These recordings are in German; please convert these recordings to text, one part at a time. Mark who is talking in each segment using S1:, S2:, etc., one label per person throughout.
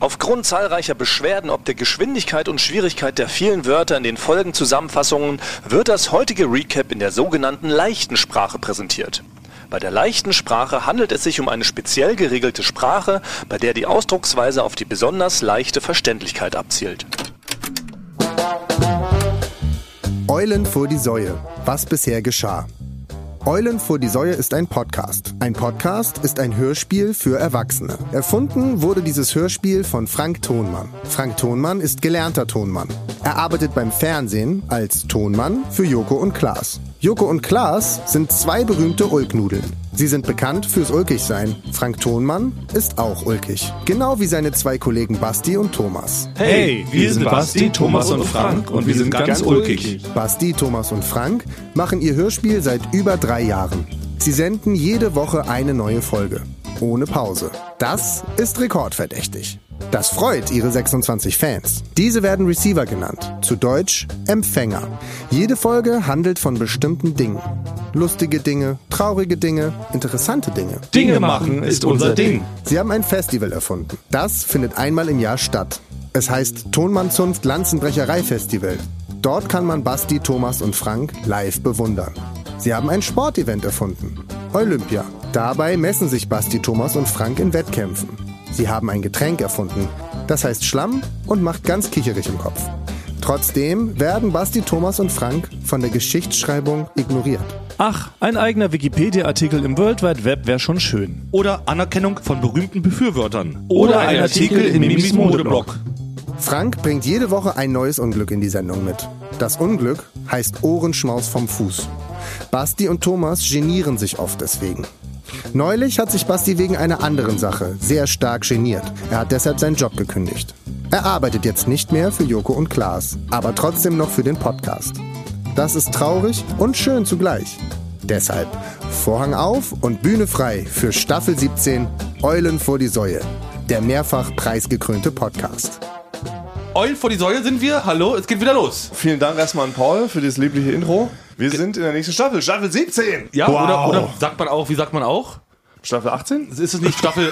S1: Aufgrund zahlreicher Beschwerden ob der Geschwindigkeit und Schwierigkeit der vielen Wörter in den Folgenzusammenfassungen wird das heutige Recap in der sogenannten leichten Sprache präsentiert. Bei der leichten Sprache handelt es sich um eine speziell geregelte Sprache, bei der die Ausdrucksweise auf die besonders leichte Verständlichkeit abzielt.
S2: Eulen vor die Säue. Was bisher geschah. Eulen vor die Säue ist ein Podcast. Ein Podcast ist ein Hörspiel für Erwachsene. Erfunden wurde dieses Hörspiel von Frank Tonmann. Frank Tonmann ist gelernter Tonmann. Er arbeitet beim Fernsehen als Tonmann für Joko und Klaas. Joko und Klaas sind zwei berühmte Ulknudeln. Sie sind bekannt fürs Ulkigsein. Frank Tonmann ist auch ulkig. Genau wie seine zwei Kollegen Basti und Thomas.
S3: Hey, wir sind Basti, Thomas und Frank und wir sind ganz ulkig.
S2: Basti, Thomas und Frank machen ihr Hörspiel seit über drei Jahren. Sie senden jede Woche eine neue Folge. Ohne Pause. Das ist rekordverdächtig. Das freut ihre 26 Fans. Diese werden Receiver genannt, zu Deutsch Empfänger. Jede Folge handelt von bestimmten Dingen. Lustige Dinge, traurige Dinge, interessante Dinge.
S3: Dinge machen ist unser Ding.
S2: Sie haben ein Festival erfunden. Das findet einmal im Jahr statt. Es heißt Tonmannzunft Lanzenbrecherei Festival. Dort kann man Basti, Thomas und Frank live bewundern. Sie haben ein Sportevent erfunden. Olympia. Dabei messen sich Basti, Thomas und Frank in Wettkämpfen. Sie haben ein Getränk erfunden. Das heißt Schlamm und macht ganz kicherig im Kopf. Trotzdem werden Basti, Thomas und Frank von der Geschichtsschreibung ignoriert.
S4: Ach, ein eigener Wikipedia-Artikel im World Wide Web wäre schon schön.
S3: Oder Anerkennung von berühmten Befürwortern.
S4: Oder ein Artikel in Mimis Modeblog.
S2: Frank bringt jede Woche ein neues Unglück in die Sendung mit. Das Unglück heißt Ohrenschmaus vom Fuß. Basti und Thomas genieren sich oft deswegen. Neulich hat sich Basti wegen einer anderen Sache sehr stark geniert. Er hat deshalb seinen Job gekündigt. Er arbeitet jetzt nicht mehr für Joko und Klaas, aber trotzdem noch für den Podcast. Das ist traurig und schön zugleich. Deshalb Vorhang auf und Bühne frei für Staffel 17 Eulen vor die Säue, der mehrfach preisgekrönte Podcast.
S3: Eulen vor die Säule sind wir. Hallo, es geht wieder los.
S5: Vielen Dank erstmal an Paul für dieses liebliche Intro. Wir sind in der nächsten Staffel, Staffel 17.
S3: Ja, oder, oder sagt man auch, wie sagt man auch?
S5: Staffel 18?
S3: Ist es nicht Staffel.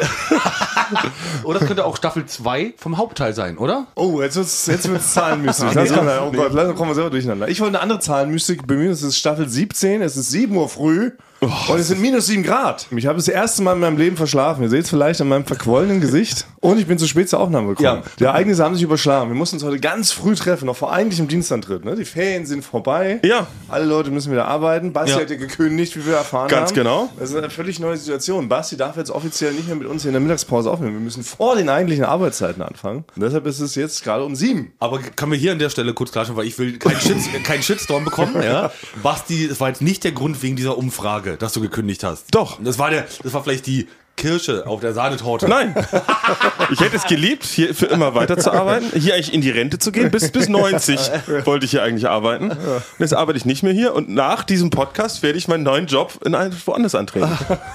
S3: oder es könnte auch Staffel 2 vom Hauptteil sein, oder?
S5: Oh, jetzt wird's, jetzt wird's zahlenmystik. Das kommt, oh Gott, langsam kommen wir selber durcheinander. Ich wollte eine andere Zahlenmystik bemühen. Es ist Staffel 17, es ist 7 Uhr früh.
S6: Oh.
S5: und es sind minus 7 Grad. Ich habe das erste Mal in meinem Leben verschlafen. Ihr seht es vielleicht an meinem verquollenen Gesicht. Und ich bin zu spät zur Aufnahme gekommen.
S3: Ja.
S5: Die Ereignisse haben sich überschlagen. Wir mussten uns heute ganz früh treffen, noch vor eigentlichem Dienstantritt. Ne? Die Ferien sind vorbei.
S6: Ja.
S5: Alle Leute müssen wieder arbeiten. Basti
S6: Ja.
S5: hat ja gekündigt, wie wir erfahren
S6: Ganz
S5: haben.
S6: genau.
S5: Das ist eine völlig neue Situation. Basti darf jetzt offiziell nicht mehr mit uns hier in der Mittagspause aufnehmen. Wir müssen vor den eigentlichen Arbeitszeiten anfangen. Und deshalb ist es jetzt gerade um sieben.
S3: Aber können wir hier an der Stelle kurz klarstellen, weil ich will keinen Shit, keinen Shitstorm bekommen. Ja? Basti, das war jetzt nicht der Grund wegen dieser Umfrage, dass du gekündigt hast.
S6: Doch.
S3: Das war, der, das war vielleicht die Kirsche auf der Sahnetorte.
S6: Nein. Ich hätte es geliebt, hier für immer weiterzuarbeiten, hier eigentlich in die Rente zu gehen. Bis, bis 90 wollte ich hier eigentlich arbeiten. Und jetzt arbeite ich nicht mehr hier. Und nach diesem Podcast werde ich meinen neuen Job in ein, woanders antreten.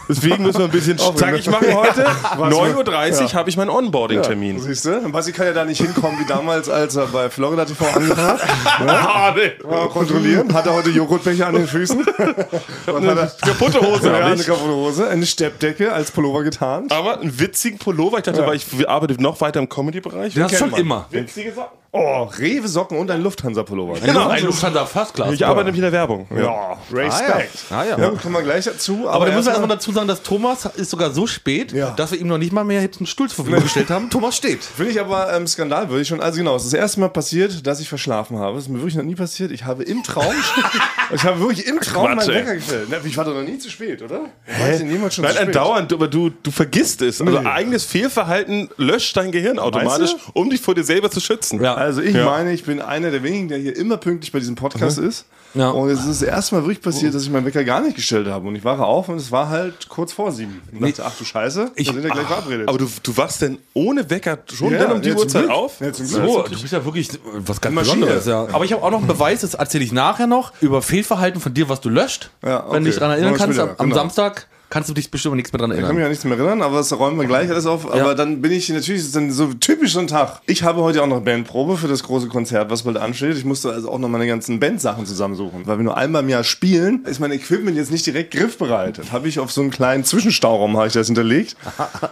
S6: Deswegen müssen wir ein bisschen zackig machen heute. 9.30 Uhr habe ich meinen Onboarding-Termin.
S5: Siehst du? Und Basti kann ja da nicht hinkommen wie damals, als er bei Florida TV angefangen hat.
S6: Ah, nee.
S5: Mal kontrollieren. Hat er heute Joghurtbecher an den Füßen? Und hat er
S6: Kaputte Hose
S5: ja,
S6: habe
S5: eine
S6: ich.
S5: kaputte Hose, eine Steppdecke als Pullover getarnt.
S6: Aber einen witzigen Pullover. Ich dachte, weil ich arbeite noch weiter im Comedy-Bereich.
S3: Das
S6: Kennt
S3: schon
S6: man.
S3: immer.
S6: Witzige Sachen.
S5: Oh, Rewe-Socken und ein Lufthansa-Pullover.
S3: Genau, ein Lufthansa First Class.
S6: Ich arbeite nämlich in der Werbung.
S5: Ja, Respekt.
S3: Ah, ja. Ah, ja.
S5: gut, kommen wir gleich dazu.
S3: Aber da müssen wir
S5: erstmal-
S3: erstmal dazu sagen, dass Thomas ist sogar so spät,
S5: Ja.
S3: dass wir ihm noch nicht mal mehr jetzt einen Stuhl zur Verfügung gestellt haben. Thomas steht.
S5: Finde ich aber ähm, skandalwürdig schon. Also genau, es ist das erste Mal passiert, dass ich verschlafen habe. Das ist mir wirklich noch nie passiert. Ich habe im Traum, ich habe wirklich im Traum
S6: Quatsch,
S5: meinen
S6: ey.
S5: Wecker gestellt. Na, ich war doch noch nie zu spät, oder? War ich denn jemals schon
S6: Nein,
S5: zu spät?
S6: andauernd, aber du, du vergisst es. Also eigenes Fehlverhalten löscht dein Gehirn automatisch,
S5: Meinst
S6: um dich vor dir selber zu schützen.
S3: Ja.
S5: Also ich
S6: Ja. Mhm.
S5: meine, ich bin einer der wenigen, der hier immer pünktlich bei diesem Podcast ist.
S3: Ja.
S5: Und es ist das erste Mal wirklich
S6: Oh.
S5: passiert, dass ich meinen Wecker gar nicht gestellt habe. Und ich wache auf und es war halt kurz vor sieben. Und dachte, ach du Scheiße, ich sind ja gleich verabredet.
S6: Ah, Aber du, du wachst denn ohne Wecker schon
S5: Ja,
S6: dann um die
S5: ja, zum
S6: Uhrzeit
S5: Glück.
S6: auf?
S5: Ja, zum Glück.
S3: So, du bist ja wirklich was ganz
S5: Maschine.
S3: Besonderes. Ja. Aber ich habe auch noch einen Beweis, das erzähle ich nachher noch, über Fehlverhalten von dir, was du löscht,
S5: Ja, okay.
S3: wenn du dich daran
S5: Machen
S3: erinnern
S5: wir
S3: kannst,
S5: später,
S3: am, am
S5: genau.
S3: Samstag. kannst du dich bestimmt nichts mehr dran
S5: Ich kann mich
S3: erinnern.
S5: an nichts mehr erinnern, aber das räumen wir gleich alles auf. Aber dann bin ich natürlich, das ist dann so typisch so ein Tag. Ich habe heute auch noch Bandprobe für das große Konzert, was bald ansteht. Ich musste also auch noch meine ganzen Bandsachen zusammensuchen. Weil wir nur einmal im Jahr spielen, ist mein Equipment jetzt nicht direkt griffbereit. Das habe ich auf so einen kleinen Zwischenstauraum, habe ich das hinterlegt.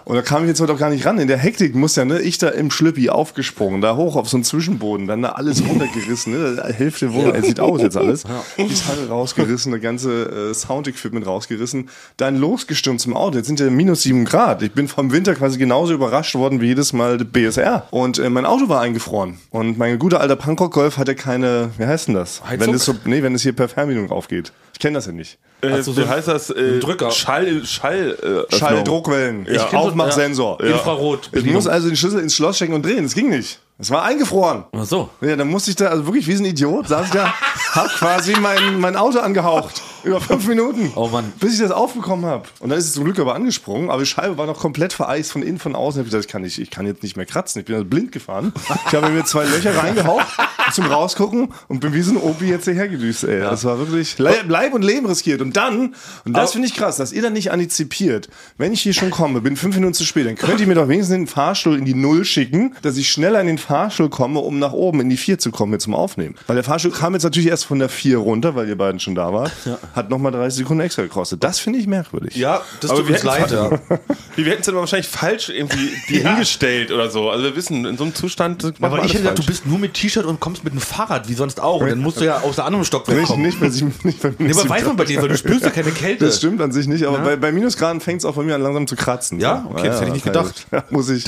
S5: Und da kam ich jetzt heute auch gar nicht ran. In der Hektik muss ja, ne, ich da im Schlüppi aufgesprungen, da hoch auf so einen Zwischenboden, dann da alles runtergerissen, ne, Hälfte Wohnung, es sieht aus jetzt alles. Die Gitarre rausgerissen, das ganze äh, Sound-Equipment rausgerissen, dann losgestürmt zum Auto. Jetzt sind ja minus sieben Grad. Ich bin vom Winter quasi genauso überrascht worden wie jedes Mal der BSR. Und äh, mein Auto war eingefroren. Und mein guter alter Punkrock-Golf hatte keine, wie heißt denn das?
S3: Heizung?
S5: Wenn es so, nee, wenn es hier per Fernbedienung aufgeht. Ich kenne das ja nicht.
S6: Äh,
S3: so,
S6: wie
S3: so
S6: heißt das? Äh,
S3: Drücker.
S6: Schall, Schall, äh, Öffnung.
S5: Schalldruckwellen. Ja,
S3: kenn so-
S5: Aufmachsensor.
S3: ja. Infrarot.
S5: Ich muss also den Schlüssel ins Schloss stecken und drehen. Das ging nicht. Es war eingefroren.
S3: Ach so.
S5: Ja, dann musste ich da, also wirklich wie so ein Idiot, saß ich da, hab quasi mein, mein Auto angehaucht. Über fünf Minuten.
S3: Oh Mann.
S5: Bis ich das aufbekommen habe. Und dann ist es zum Glück aber angesprungen, aber die Scheibe war noch komplett vereist von innen, von außen. Ich hab gedacht, ich kann, nicht, ich kann jetzt nicht mehr kratzen. Ich bin also blind gefahren. Ich habe mir zwei Löcher reingehaucht zum Rausgucken und bin wie so ein Opi jetzt hierher gedüst, ey. Das war wirklich Le Leib und Leben riskiert. Und dann, und das finde ich krass, dass ihr dann nicht antizipiert, wenn ich hier schon komme, bin fünf Minuten zu spät, dann könnt ihr mir doch wenigstens den Fahrstuhl in die Null schicken, dass ich schneller in den Fahrstuhl komme, um nach oben in die Vier zu kommen, jetzt zum Aufnehmen. Weil der Fahrstuhl kam jetzt natürlich erst von der Vier runter, weil ihr beiden schon da wart. Hat nochmal 30 Sekunden extra gekostet. Das finde ich merkwürdig.
S6: Ja, das
S3: Aber
S6: tut
S3: wir
S6: uns leid.
S3: hätten's-
S6: Ja. Wir hätten es dann wahrscheinlich falsch irgendwie die hingestellt oder so. Also wir wissen, in so einem Zustand machen wir
S3: Aber ich
S6: alles
S3: hätte gedacht, du
S6: falsch.
S3: bist nur mit T-Shirt und kommst mit einem Fahrrad, wie sonst auch. Und dann musst du ja aus der anderen Stockwerk
S5: Nicht,
S3: kommen.
S5: nicht, weil ich nicht bei
S3: Nee, aber weiß man bei dir, weil du spürst ja keine Kälte.
S5: Das stimmt an sich nicht, aber bei, bei Minusgraden fängt es auch bei mir an langsam zu kratzen.
S3: Ja? Okay, das hätte ich nicht gedacht.
S5: Ja, muss ich.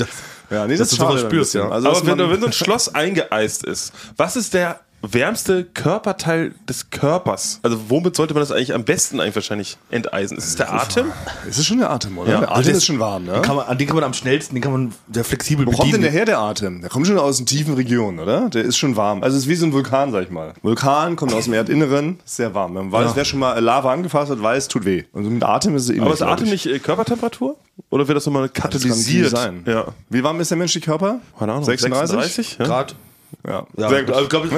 S5: ja, nee,
S3: dass du sowas
S5: schade ein
S3: spürst,
S5: bisschen.
S3: ja.
S5: Also,
S6: Aber
S5: dass
S6: wenn,
S5: man-
S6: wenn so ein Schloss eingeeist ist, was ist der wärmste Körperteil des Körpers? Also womit sollte man das eigentlich am besten eigentlich wahrscheinlich enteisen? Ist es der Atem?
S5: Es ist schon der Atem, oder? der Atem
S3: das-
S5: ist schon warm, ne?
S3: Den kann man, an den kann man am schnellsten, den kann man sehr flexibel
S5: Wo kommt denn
S3: bedienen.
S5: der her, der Atem? Der kommt schon aus den tiefen Regionen, oder? Der ist schon warm. Also es ist wie so ein Vulkan, sag ich mal. Vulkan kommt aus dem Erdinneren, ist sehr warm. Wenn man weiß, wer schon mal Lava angefasst hat, weiß, tut weh. Und so mit Atem ist es ähnlich.
S6: Aber ist
S5: glaub
S6: Atem
S5: ich.
S6: nicht äh, Körpertemperatur? Oder wird das nochmal
S5: Das kann
S6: katalysiert?
S5: sein.
S6: Ja.
S5: Wie warm ist der menschliche Körper?
S6: Keine Ahnung.
S5: 36?
S6: 36 ja?
S3: Grad.
S5: Ja.
S3: Ja,
S6: Sehr gut.
S3: Also, glaub ich,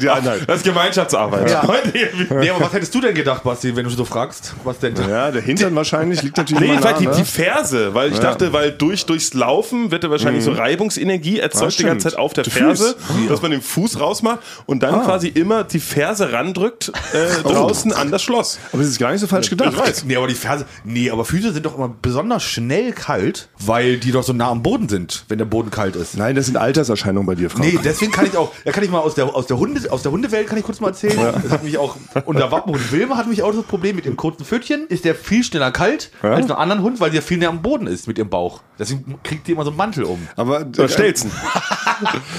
S5: Die Einheit.
S6: Das ist Gemeinschaftsarbeit.
S3: ja. nee, aber was hättest du denn gedacht, Basti, wenn du so fragst? Was denn?
S5: Ja, der Hintern wahrscheinlich liegt natürlich
S6: Nee,
S5: immer
S6: weil
S5: nah,
S6: die,
S5: ne?
S6: die Ferse, weil ich dachte, weil durch durchs Laufen wird da wahrscheinlich so Reibungsenergie
S5: Mhm. Ja,
S6: erzeugt die
S5: stimmt. Ah.
S6: ganze Zeit auf der
S5: Die
S6: Ferse,
S5: Füße.
S6: dass man den Fuß rausmacht und dann quasi immer die Ferse randrückt äh,
S5: Oh.
S6: draußen an das Schloss.
S5: Aber es ist gar nicht so falsch gedacht.
S6: Ich weiß.
S3: Nee, aber die Ferse. Nee, aber Füße sind doch immer besonders schnell kalt, weil die doch so nah am Boden sind, wenn der Boden kalt ist.
S5: Nein, das sind Alterserscheinungen bei dir, Frank.
S3: Nee, deswegen kann ich auch, da kann ich mal aus der, aus der, Hunde, aus der Hundewelt kann ich kurz mal erzählen. Das hat mich auch, unter Wappenhund Wilma hat mich auch das Problem mit dem kurzen Pfötchen. Ist der viel schneller kalt als ein anderen Hund, weil der viel näher am Boden ist mit ihrem Bauch. Deswegen kriegt die immer so einen Mantel um.
S5: Aber äh,
S6: Oder Stelzen.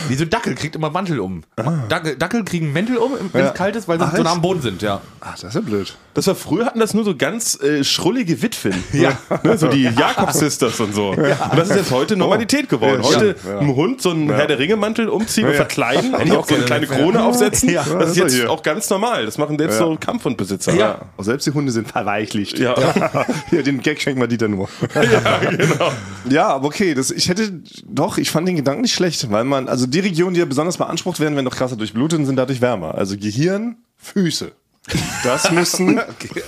S3: Wie so ein Dackel kriegt immer einen Mantel um. Dackel, Dackel kriegen einen Mantel um, wenn es
S5: Ja.
S3: kalt ist, weil sie
S5: Ach,
S3: so nah
S5: echt?
S3: am Boden sind, ja.
S5: Ach, Ah, das ist ja blöd.
S6: Das war früher hatten das nur so ganz äh, schrullige Witwen.
S3: Ja.
S6: Ne, so die Jakob-Sisters und so. Und das ist jetzt heute Normalität geworden.
S5: Oh. Ja,
S6: Heute
S5: stimmt. Ja.
S6: einen Hund so einen Herr der Ringe-Mantel umziehen und
S5: Ja.
S6: verkleiden und auch so eine kleine Krone aufsetzen. Das ist jetzt auch ganz normal. Das machen jetzt so Kampfhundbesitzer.
S3: Ja.
S5: Auch selbst die Hunde Oh, sind verweichlicht.
S6: Ja.
S5: ja, den Gag schenken wir Dieter nur. ja, genau. Ja, aber okay, das, ich hätte, doch, ich fand den Gedanken nicht schlecht, weil man, also die Regionen, die ja besonders beansprucht werden, werden doch krasser durchblutet und sind dadurch wärmer. Also Gehirn, Füße. Das müssen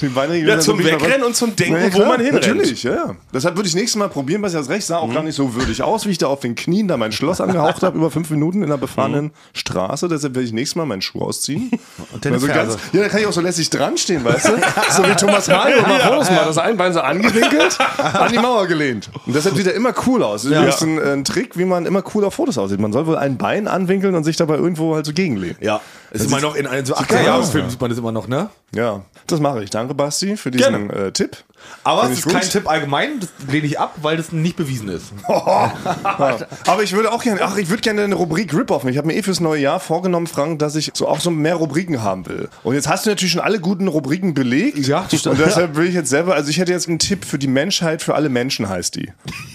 S5: die beiden Regionen.
S6: Ja, zum
S5: dann wirklich mal-
S6: Wegrennen und zum Denken,
S5: Na ja,
S6: wo
S5: klar,
S6: man hinrennt.
S5: Natürlich, ja, ja. Deshalb würde ich nächstes Mal probieren, was ihr das recht sah, auch gar nicht so würdig aus, wie ich da auf den Knien da mein Schloss angehaucht habe, über fünf Minuten in einer befahrenen Straße. Deshalb werde ich nächstes Mal meinen Schuh ausziehen. Und
S3: deine
S5: also ganz,
S3: Ferse.
S5: ja, da kann ich auch so lässig dran stehen, weißt du? So wie Thomas Mario immer Fotos macht, das ein Bein so angewinkelt, an die Mauer gelehnt. Und deshalb sieht er immer cool aus. Das ist übrigens ein, äh, ein Trick, wie man immer cool auf Fotos aussieht. Man soll wohl ein Bein anwinkeln und sich dabei irgendwo halt so gegenlehnen.
S3: Ja. Ist immer noch in einem so 80
S5: geil
S3: er
S5: aus,
S3: film sieht man das immer noch, ne?
S5: Ja, das mache ich. Danke, Basti, für diesen äh, Tipp.
S3: Aber
S5: Find
S3: es
S5: ich
S3: ist
S5: gut.
S3: kein Tipp allgemein, das lehne ich ab, weil das nicht bewiesen ist.
S5: Ja. Oh. Aber ich würde auch gerne, ach, ich würde gerne eine Rubrik Rip-Off machen. Ich habe mir eh fürs neue Jahr vorgenommen, Frank, dass ich so auch so mehr Rubriken haben will. Und jetzt hast du natürlich schon alle guten Rubriken belegt.
S3: Ja, das stimmt.
S5: Und deshalb will ich jetzt selber, also ich hätte jetzt einen Tipp für die Menschheit, für alle Menschen heißt die.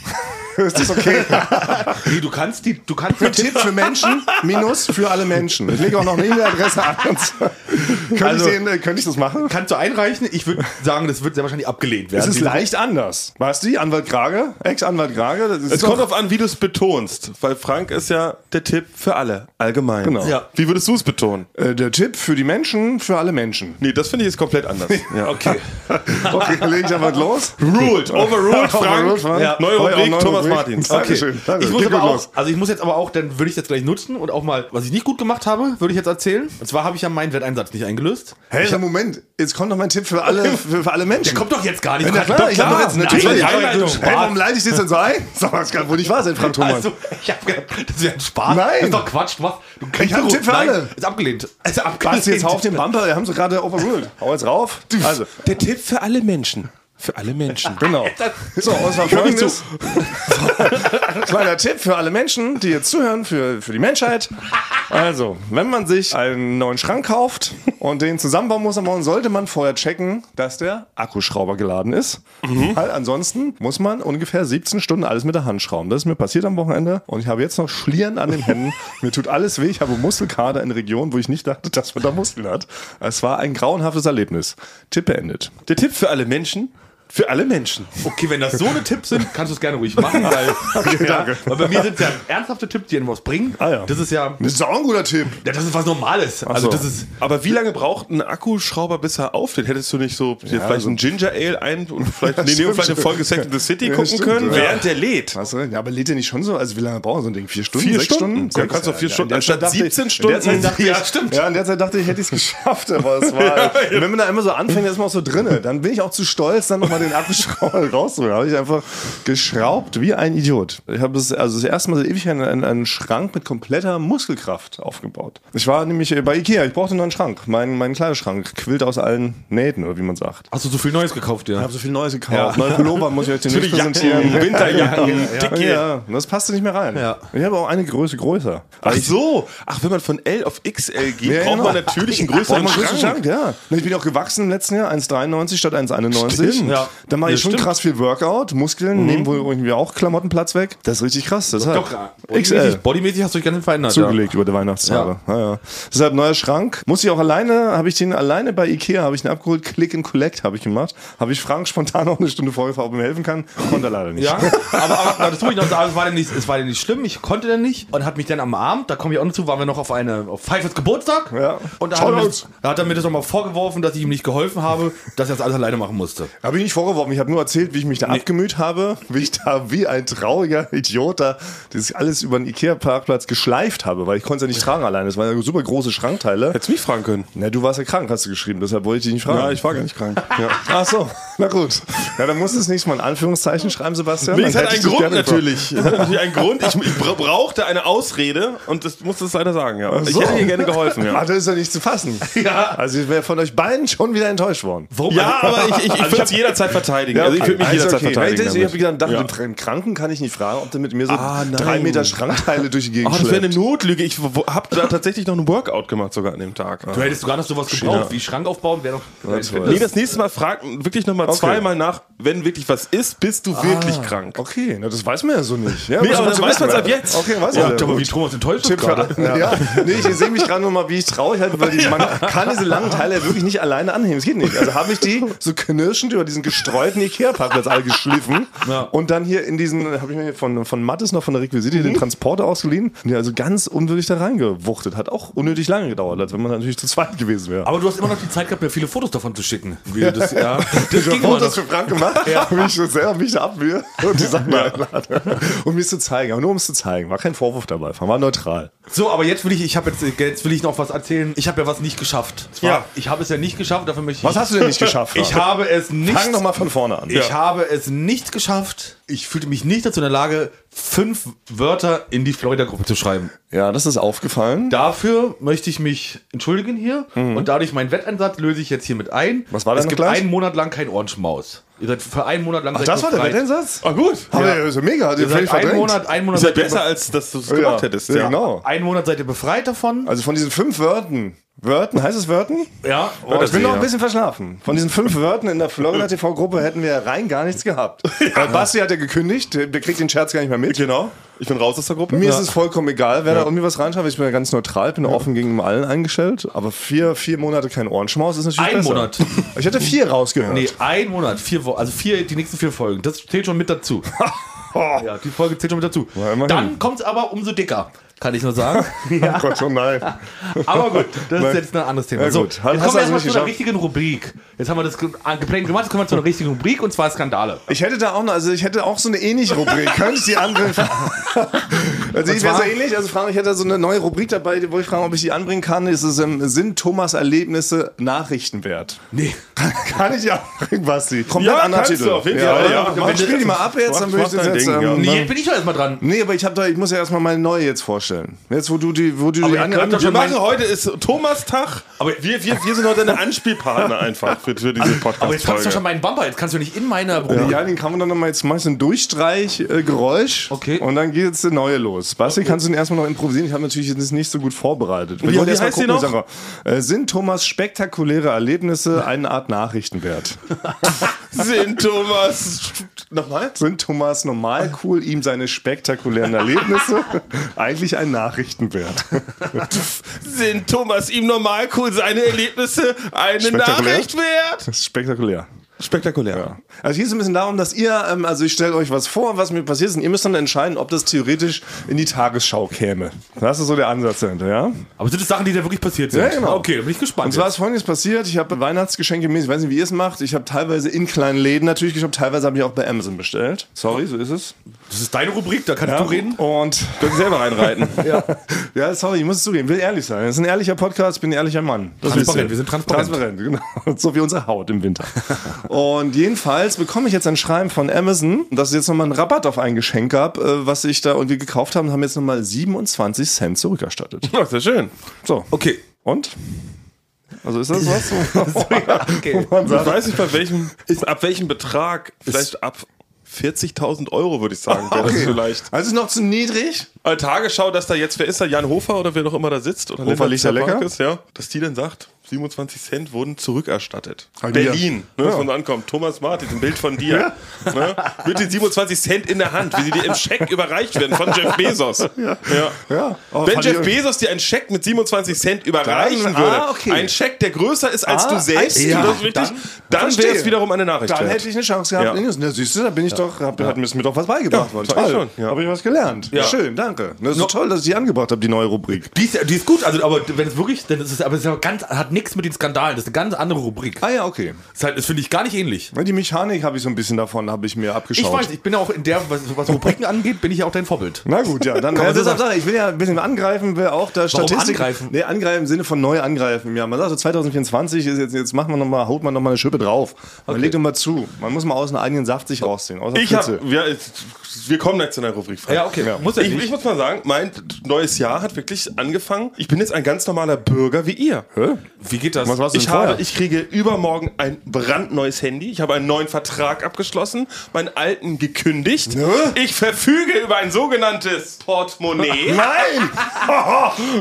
S5: Ist das okay?
S3: Nee, du kannst die, du kannst die
S5: Tipp für Menschen, Minus für alle Menschen. Ich lege auch noch eine E-Mail-Adresse an. und so. Könnte
S3: Also-
S5: ich den, äh, könnte ich das machen?
S3: kannst du einreichen. Ich würde sagen, das wird sehr wahrscheinlich abgelehnt werden.
S5: Es ist
S3: Die-
S5: leicht anders. Weißt du, Anwalt Krage, Ex-Anwalt Krage, das ist
S6: Es kommt drauf an, wie du es betonst, weil Frank ist ja der Tipp für alle, allgemein.
S5: Genau.
S3: Ja.
S6: Wie würdest du es betonen?
S5: äh, der Tipp für die Menschen, für alle Menschen.
S6: Nee, das finde ich jetzt komplett anders. Ja.
S3: Okay.
S5: Okay, lege ich aber los.
S6: Ruled, overruled,
S5: Overruled,
S6: Frank.
S5: Frank.
S6: Ja. Neue
S5: Heute auch
S6: Rubrik,
S5: neue
S6: Thomas
S5: Rubrik.
S6: Martins.
S5: Danke.
S3: Okay.
S5: Dankeschön, danke.
S3: Ich muss
S5: Geht
S3: aber
S5: gut
S3: auch,
S5: los.
S3: also ich muss jetzt aber auch, dann würde ich das gleich nutzen und auch mal, was ich nicht gut gemacht habe, würde ich jetzt erzählen. Und zwar habe ich ja meinen Wetteinsatz nicht eingelöst.
S5: Hey, Moment, jetzt kommt noch mein Tipp für alle, für, für alle Menschen.
S3: Kommt doch jetzt gar nicht.
S5: Na klar, ich habe jetzt
S3: Nein,
S5: natürlich.
S3: die
S5: Hey,
S3: Einleitung.
S5: warum leite ich das denn so ein? Sag mal, das kann wohl nicht wahr sein, Frank Thomas.
S3: Also, ich habe gedacht, das wäre ein Spaß.
S5: Nein.
S3: Das ist doch Quatsch. Du machst, du kriegst
S5: hab einen
S3: du-
S5: Tipp für
S3: Nein,
S5: alle.
S3: Ist abgelehnt. Ist abgelehnt.
S5: Basti, jetzt hau auf den Bumper, wir haben sie gerade overruled. Hau jetzt rauf. Also,
S6: Der Tipp für alle Menschen. Für alle Menschen.
S5: genau. So, und zwar folgendes. Kleiner Tipp für alle Menschen, die jetzt zuhören, für, für die Menschheit. Also, wenn man sich einen neuen Schrank kauft und den zusammenbauen muss am Morgen, sollte man vorher checken, dass der Akkuschrauber geladen ist.
S6: Mhm.
S5: Weil ansonsten muss man ungefähr 17 Stunden alles mit der Hand schrauben. Das ist mir passiert am Wochenende und ich habe jetzt noch Schlieren an den Händen. mir tut alles weh. Ich habe Muskelkater in Regionen, wo ich nicht dachte, dass man da Muskeln hat. Es war ein grauenhaftes Erlebnis. Tipp beendet.
S6: Der Tipp für alle Menschen. Für alle Menschen.
S3: Okay, wenn das so eine Tipps sind, kannst du es gerne ruhig machen, weil, ja,
S5: danke.
S3: weil bei mir sind es ja ernsthafte Tipps, die irgendwas bringen.
S5: Ah, ja.
S3: Das ist ja,
S5: Das ist auch ein guter Tipp.
S3: ja, das ist was Normales. Also
S5: so.
S3: das ist,
S6: Aber wie lange braucht ein Akkuschrauber, bis er auflädt? Hättest du nicht so dir vielleicht
S5: also-
S6: ein Ginger Ale ein und vielleicht, nee, nee,
S5: stimmt.
S6: und vielleicht eine Folge Sex in the City
S5: Ja,
S6: gucken
S5: stimmt,
S6: können,
S5: ja.
S6: während der lädt?
S5: Hast du recht. Ja, aber lädt ihr nicht schon so? Also wie lange brauchen so ein Ding? Vier Stunden?
S6: Vier
S5: sechs
S6: Stunden?
S5: Stunden?
S6: Ja, kannst du vier Stunden.
S5: in der Zeit
S6: Anstatt
S5: dachte ich-
S6: 17
S5: In der
S6: Stunden.
S5: Zeit dachte ich,
S3: Ja, stimmt.
S5: Ja, in der Zeit dachte ich, hätte ich es geschafft, aber es war. Und wenn man da immer so anfängt, ist man auch so drinne. Dann bin ich auch zu stolz, dann nochmal den Akkuschrauber rauszuholen. Da habe ich einfach geschraubt wie ein Idiot. Ich habe es also das erste Mal seit ewig einen, einen, einen Schrank mit kompletter Muskelkraft aufgebaut. Ich war nämlich äh, bei Ikea, ich brauchte nur einen Schrank. Mein, mein Kleiderschrank quillt aus allen Nähten, oder wie man sagt.
S3: hast du so viel Neues gekauft, ja?
S5: Ich habe so viel Neues gekauft. Neue Pullover muss ich euch demnächst
S6: Jacken,
S5: präsentieren.
S6: Winterjacken, dicke.
S5: Ja, das passte nicht mehr rein.
S3: Ja.
S5: Ich habe auch eine Größe größer.
S6: Ach so. Ach, wenn man von L auf XL geht,
S5: Ja,
S6: braucht
S5: genau.
S6: man natürlich einen größeren
S5: Braucht man
S6: Schrank.
S5: einen Schrank, ja. Ich bin auch gewachsen im letzten Jahr, 1,93 statt 1,91.
S6: Stimmt.
S5: Ja. Da mache ich
S6: Ja,
S5: schon
S6: stimmt. Mhm.
S5: krass viel Workout. Muskeln nehmen wohl irgendwie auch Klamottenplatz weg. Das ist richtig krass. Deshalb
S3: Bodymäßig,
S5: XL.
S3: bodymäßig hast du dich ganz schön verändert.
S5: Zugelegt über die Weihnachtstage. Ja. Ja, Deshalb neuer Schrank. Muss ich auch alleine, habe ich den alleine bei Ikea, habe ich den abgeholt. Click and Collect habe ich gemacht. Habe ich Frank spontan auch eine Stunde vorher gefragt, ob er mir helfen kann. Und er leider nicht.
S3: Ja, aber, aber na, das tue ich noch, aber es war denn nicht, es war denn nicht schlimm, ich konnte denn nicht und hat mich dann am Abend, da komme ich auch noch zu, waren wir noch auf eine auf Pfeifers Geburtstag
S5: Ja.
S3: und da hat, er mir,
S5: Shoutouts.
S3: das- da hat er mir das nochmal vorgeworfen, dass ich ihm nicht geholfen habe, dass er das alles alleine machen musste.
S5: Habe ich nicht vorgeworfen, ich habe nur erzählt, wie ich mich da abgemüht habe, wie ich da wie ein trauriger Idiot da das alles über den Ikea-Parkplatz geschleift habe, weil ich konnte es ja nicht tragen alleine. Das waren ja super große Schrankteile.
S6: Hättest du mich fragen können.
S5: Na, du warst ja krank, hast du geschrieben, deshalb wollte ich dich nicht fragen.
S6: Ja, ich war gar nicht krank. Ja.
S5: Ach so, na gut. Ja, dann musst du es nächstes Mal in Anführungszeichen schreiben, Sebastian.
S6: Nee, es
S5: Dann
S6: hat
S5: hätte ich
S6: einen
S5: dich gerne gefragt.
S6: Grund natürlich. Es hat natürlich einen Grund. Ich, ich bra- brauchte eine Ausrede und das musste es leider sagen. Ja.
S5: Ach
S6: Ich
S5: so.
S6: hätte dir gerne geholfen.
S5: Ah,
S6: Ja,
S5: das ist ja nicht zu fassen.
S3: Ja.
S5: Also ich wäre von euch beiden schon wieder enttäuscht worden.
S3: Warum?
S6: ja aber ich, ich, Also, ich würde es jederzeit verteidigen. Also ich würde mich
S5: Also
S6: jederzeit
S5: okay.
S6: verteidigen.
S5: Ich, ich habe gedacht,
S6: damit.
S5: den fremden Kranken kann ich nicht fragen, ob der mit mir so
S6: Ah, nein.
S5: drei Meter Schrankteile durch die Gegend
S6: Oh, das wäre
S5: schleppt.
S6: eine Notlüge. Ich habe da tatsächlich noch ein Workout gemacht sogar an dem Tag.
S3: Du hättest sogar noch sowas gebraucht, wie Schrank aufbauen, wäre doch...
S6: Nee, das nächste Mal frag wirklich nochmal zweimal nach, wenn wirklich was ist, bist du
S5: Ah.
S6: wirklich krank.
S5: Okay, na, das weiß man ja so nicht. Ja,
S6: Nee,
S5: muss
S6: aber
S5: man
S6: dann
S5: so
S6: weiß
S5: wissen,
S6: man's
S5: ja.
S6: ab jetzt.
S5: Okay, weiß man.
S3: aber wie Thomas enttäuscht ist
S5: Tipp für
S3: gerade.
S5: alle. Ja. Nee, ich sehe mich gerade nur mal, wie ich traurig halt, weil die, man kann diese langen Teile ja wirklich nicht alleine anheben. Es geht nicht. Also habe ich die so knirschend über diesen gestreuten Ikea-Parkplatz all geschliffen und dann hier in diesen, habe ich mir hier von, von Mattes noch von der Requisite
S3: Mhm.
S5: den Transporter ausgeliehen und der also ganz unwürdig da reingewuchtet. Hat auch unnötig lange gedauert, als wenn man natürlich zu zweit gewesen wäre.
S3: Aber du hast immer noch die Zeit gehabt, mir viele Fotos davon zu schicken. Wie du das, ja. das
S5: Ich
S3: ging
S5: habe
S3: immer
S5: Fotos
S3: noch.
S5: für Frank gemacht, wie ich so selber mich da abmühe und die Sachen einlade. Um mir zu zeigen, aber nur um es zu zeigen. War kein Vorwurf dabei, Frank war neutral.
S3: So, aber jetzt will ich, ich habe jetzt, jetzt will ich noch was erzählen. Ich habe ja was nicht geschafft. Zwar,
S6: Ja.
S3: Ich habe es ja nicht geschafft, dafür möchte ich.
S5: Was hast du denn nicht geschafft?
S3: Ich habe es nicht.
S5: Fang nochmal von vorne an.
S3: Ich habe es nicht geschafft. Ich fühlte mich nicht dazu in der Lage, fünf Wörter in die Florida-Gruppe zu schreiben.
S5: Ja, das ist aufgefallen.
S3: Dafür möchte ich mich entschuldigen hier und dadurch meinen Wetteinsatz löse ich jetzt hiermit ein.
S5: Was war
S3: das? Es
S5: denn
S3: gibt
S5: gleich?
S3: einen Monat lang kein Orange Maus. Ihr seid für einen Monat lang.
S5: Ach, das war der Wetteinsatz?
S6: Ah gut.
S5: Aber der ist ja mega, hat den
S3: Ihr
S5: völlig
S3: seid einen
S5: verdrängt.
S3: Monat, einen Monat
S6: Ist ja
S3: seid ihr
S6: besser, als dass du es
S5: ja.
S6: gemacht hättest.
S5: ja,
S6: Ja.
S5: genau.
S3: Einen Monat seid ihr befreit davon.
S5: Also von diesen fünf Wörtern. Wörtern, heißt es Wörtern? Oh,
S3: Ja,
S5: ich bin
S3: Wörtersee,
S5: noch ein
S3: ja.
S5: bisschen verschlafen. Von diesen fünf Wörtern in der Florida TV-Gruppe hätten wir rein gar nichts gehabt. Weil Basti hat ja er gekündigt. Der der kriegt den Scherz gar nicht mehr mit.
S6: Genau. Ich bin raus aus der Gruppe.
S5: Mir
S6: Ja.
S5: ist es vollkommen egal, wer da irgendwie was reinschreibt. Ich bin ja ganz neutral, bin offen gegenüber allen eingestellt. Aber vier, vier Monate kein Ohrenschmaus ist natürlich
S3: Ein
S5: besser.
S3: Monat.
S5: Ich hätte vier rausgehört.
S3: Nee, ein Monat, vier Wochen, also vier, die nächsten vier Folgen. Das zählt schon mit dazu. ja, die Folge zählt schon mit dazu.
S5: Ja, immerhin.
S3: Dann kommt es aber umso dicker, kann ich nur sagen.
S5: Oh Gott, oh nein.
S3: aber gut, das ist
S5: Nein.
S3: jetzt ein anderes Thema.
S5: Ja,
S3: so,
S5: gut.
S3: jetzt
S5: Hast
S3: kommen
S5: du also
S3: wir erstmal
S5: nicht
S3: zu einer
S5: geschafft.
S3: richtigen Rubrik. Jetzt haben wir das ge- äh, geplant gemacht, jetzt kommen wir zu einer richtigen Rubrik und zwar Skandale.
S5: Ich hätte da auch noch, also ich hätte auch so eine ähnliche Rubrik. Könnte ich die andere. also ich wäre so
S3: zwar-
S5: ähnlich. Also fragen, ich hätte so eine neue Rubrik dabei, wo ich fragen, ob ich die anbringen kann. Ist es im Sinn Thomas Erlebnisse Nachrichten wert?
S3: Nee.
S5: Kann ich die anbringen, Basti? Komplett
S6: Ja,
S5: anderer
S6: kannst
S5: Titel.
S6: du auf jeden
S5: ja,
S6: Fall.
S5: ja,
S6: Ja, mach
S5: ich spiele die mal ab jetzt, dann
S6: Mach-
S5: würde ich das
S6: mach dein
S5: jetzt.
S6: Ding, ja.
S5: ähm,
S3: Nee, jetzt bin ich doch erstmal dran.
S5: Nee, aber ich, hab da, ich muss ja erstmal meine neue jetzt vorstellen. Jetzt, wo du die, wo du
S3: Aber
S5: die
S3: ihr
S5: an-
S3: könnt
S5: an-
S3: doch
S6: Wir
S3: schon
S6: machen
S3: mein-
S6: heute ist Thomas-Tag.
S3: Aber-
S6: wir, wir, wir sind heute eine Anspielpartner einfach für, für diese
S3: Aber jetzt kannst du doch schon
S6: Podcast-Folge.
S3: meinen Bumper, jetzt kannst du nicht in meiner Rubrik.
S5: Ja, den kann man dann nochmal jetzt machst du einen Durchstreich, äh, Geräusch.
S3: Okay.
S5: Und dann geht jetzt der neue los. Basti, kannst du den erstmal noch improvisieren? Ich habe natürlich jetzt nicht so gut vorbereitet. Wir
S6: Wie-
S5: wollen
S6: wie
S5: erst mal
S6: heißt die
S5: gucken, Sarah. Äh, sind Thomas spektakuläre Erlebnisse eine Art Nachrichten wert?
S6: Sind Thomas. Nochmal?
S5: Sind Thomas normal cool, ihm seine spektakulären Erlebnisse eigentlich ein Nachrichtenwert?
S6: Sind Thomas ihm normal cool seine Erlebnisse eine
S5: Spektakulär.
S6: Nachricht wert?
S5: Das ist spektakulär.
S6: Spektakulär.
S5: Ja. Also hier ist ein bisschen darum, dass ihr, ähm, also ich stelle euch was vor, was mir passiert ist, und ihr müsst dann entscheiden, ob das theoretisch in die Tagesschau käme. Das ist so der Ansatz dahinter, ja?
S3: Aber sind das Sachen, die da wirklich passiert sind?
S5: Ja, genau.
S3: Okay, dann bin ich gespannt.
S5: Und zwar
S3: jetzt.
S5: ist folgendes passiert, ich habe Weihnachtsgeschenke mäßig, ich weiß nicht, wie ihr es macht, ich habe teilweise in kleinen Läden natürlich geschaut, teilweise habe ich auch bei Amazon bestellt. Sorry, so ist es. Oh,
S3: das ist deine Rubrik, da kannst du reden.
S5: Und
S6: Können selber reinreiten.
S5: ja. ja, sorry, ich muss es zugeben, will ehrlich sein. Das ist ein ehrlicher Podcast, ich bin ein ehrlicher Mann. Das
S3: Transparent,
S5: wisst ihr.
S3: wir sind transparent.
S5: Transparent, genau. So wie unsere Haut im Winter. Und jedenfalls bekomme ich jetzt ein Schreiben von Amazon, dass es jetzt nochmal einen Rabatt auf ein Geschenk gab, äh, was ich da irgendwie gekauft habe, und haben jetzt nochmal 27 Cent zurückerstattet.
S6: Ja, sehr schön.
S5: So.
S3: Okay.
S5: Und? Also ist das was? Wo man
S6: Ich
S5: sagt,
S6: weiß nicht, bei welchem, ab welchem Betrag. Vielleicht ab 40.000 Euro, würde ich sagen. Wäre das vielleicht.
S5: Also ist noch zu niedrig?
S6: Äh, Tagesschau, dass da jetzt, wer ist da, Jan Hofer oder wer noch immer da sitzt? Oder
S5: Hofer
S6: Lennart
S5: liegt ja lecker.
S6: Zerwakis, ja, dass die dann sagt, 27 Cent wurden zurückerstattet.
S5: Hab ich
S6: Berlin,
S5: mir- Ah,
S6: ne,
S5: Ja.
S6: ja. von ankommt. Thomas Martin, ein Bild von dir. ne, mit den 27 Cent in der Hand, wie sie dir im Scheck überreicht werden von Jeff Bezos. Ja.
S5: Ja. Aber
S6: Wenn
S5: fand
S6: Jeff
S5: ich-
S6: Bezos dir einen Scheck mit 27 Cent überreichen
S5: Dann-
S6: würde,
S5: ah, okay.
S6: ein Scheck, der größer ist als
S5: Ah,
S6: du selbst,
S5: ja,
S6: das ist richtig,
S5: dann-
S6: dann, wäre
S5: verstehe.
S6: es wiederum eine Nachricht.
S5: Dann
S6: wert.
S5: hätte ich eine Chance gehabt.
S6: Ja.
S5: in die News. Na siehst du, da bin ich doch, hab, hat mir doch was beigebracht.
S6: Ja,
S5: worden.
S6: sag ich
S5: Toll.
S6: schon, ja.
S5: Habe ich was gelernt.
S6: Ja.
S5: Schön, danke. Das ist so toll, dass ich die angebracht habe, die neue Rubrik.
S3: Die ist, die ist gut, also aber wenn es wirklich, dann ist es, aber es ist ja ganz, hat nichts mit den Skandalen, das ist eine ganz andere Rubrik.
S5: Ah ja, okay.
S3: Das, ist halt, das finde ich gar nicht ähnlich.
S5: Die Mechanik habe ich so ein bisschen davon, habe ich mir abgeschaut.
S3: Ich weiß, ich bin ja auch in der, was, was Rubriken angeht, bin ich ja auch dein Vorbild.
S5: Na gut, ja, dann.
S3: Kann man
S5: Ja,
S3: so
S5: deshalb
S3: sagen.
S5: sage ich, ich will ja ein bisschen angreifen, will auch da
S3: Warum
S5: Statistik.
S3: angreifen?
S5: Nee, angreifen im Sinne von neu angreifen. Ja, man sagt so 2024 ist jetzt, jetzt machen wir noch mal, haut man nochmal eine Schippe drauf. Man legt immer zu. Man muss mal aus dem eigenen Saft sich rausziehen. Aus der
S6: Ich hab,
S5: Pfütze.
S6: wir, wir kommen gleich zu einer Rubrik. Frank.
S3: Ja, okay. Muss ja
S6: ich,
S3: nicht.
S6: ich muss mal sagen, mein neues Jahr hat wirklich angefangen. Ich bin jetzt ein ganz normaler Bürger wie ihr.
S3: Wie geht das?
S5: Was war's denn
S6: Ich,
S5: vorher?
S6: habe, ich kriege übermorgen ein brandneues Handy. Ich habe einen neuen Vertrag abgeschlossen, meinen alten gekündigt. Ich verfüge über ein sogenanntes Portemonnaie.
S5: Nein!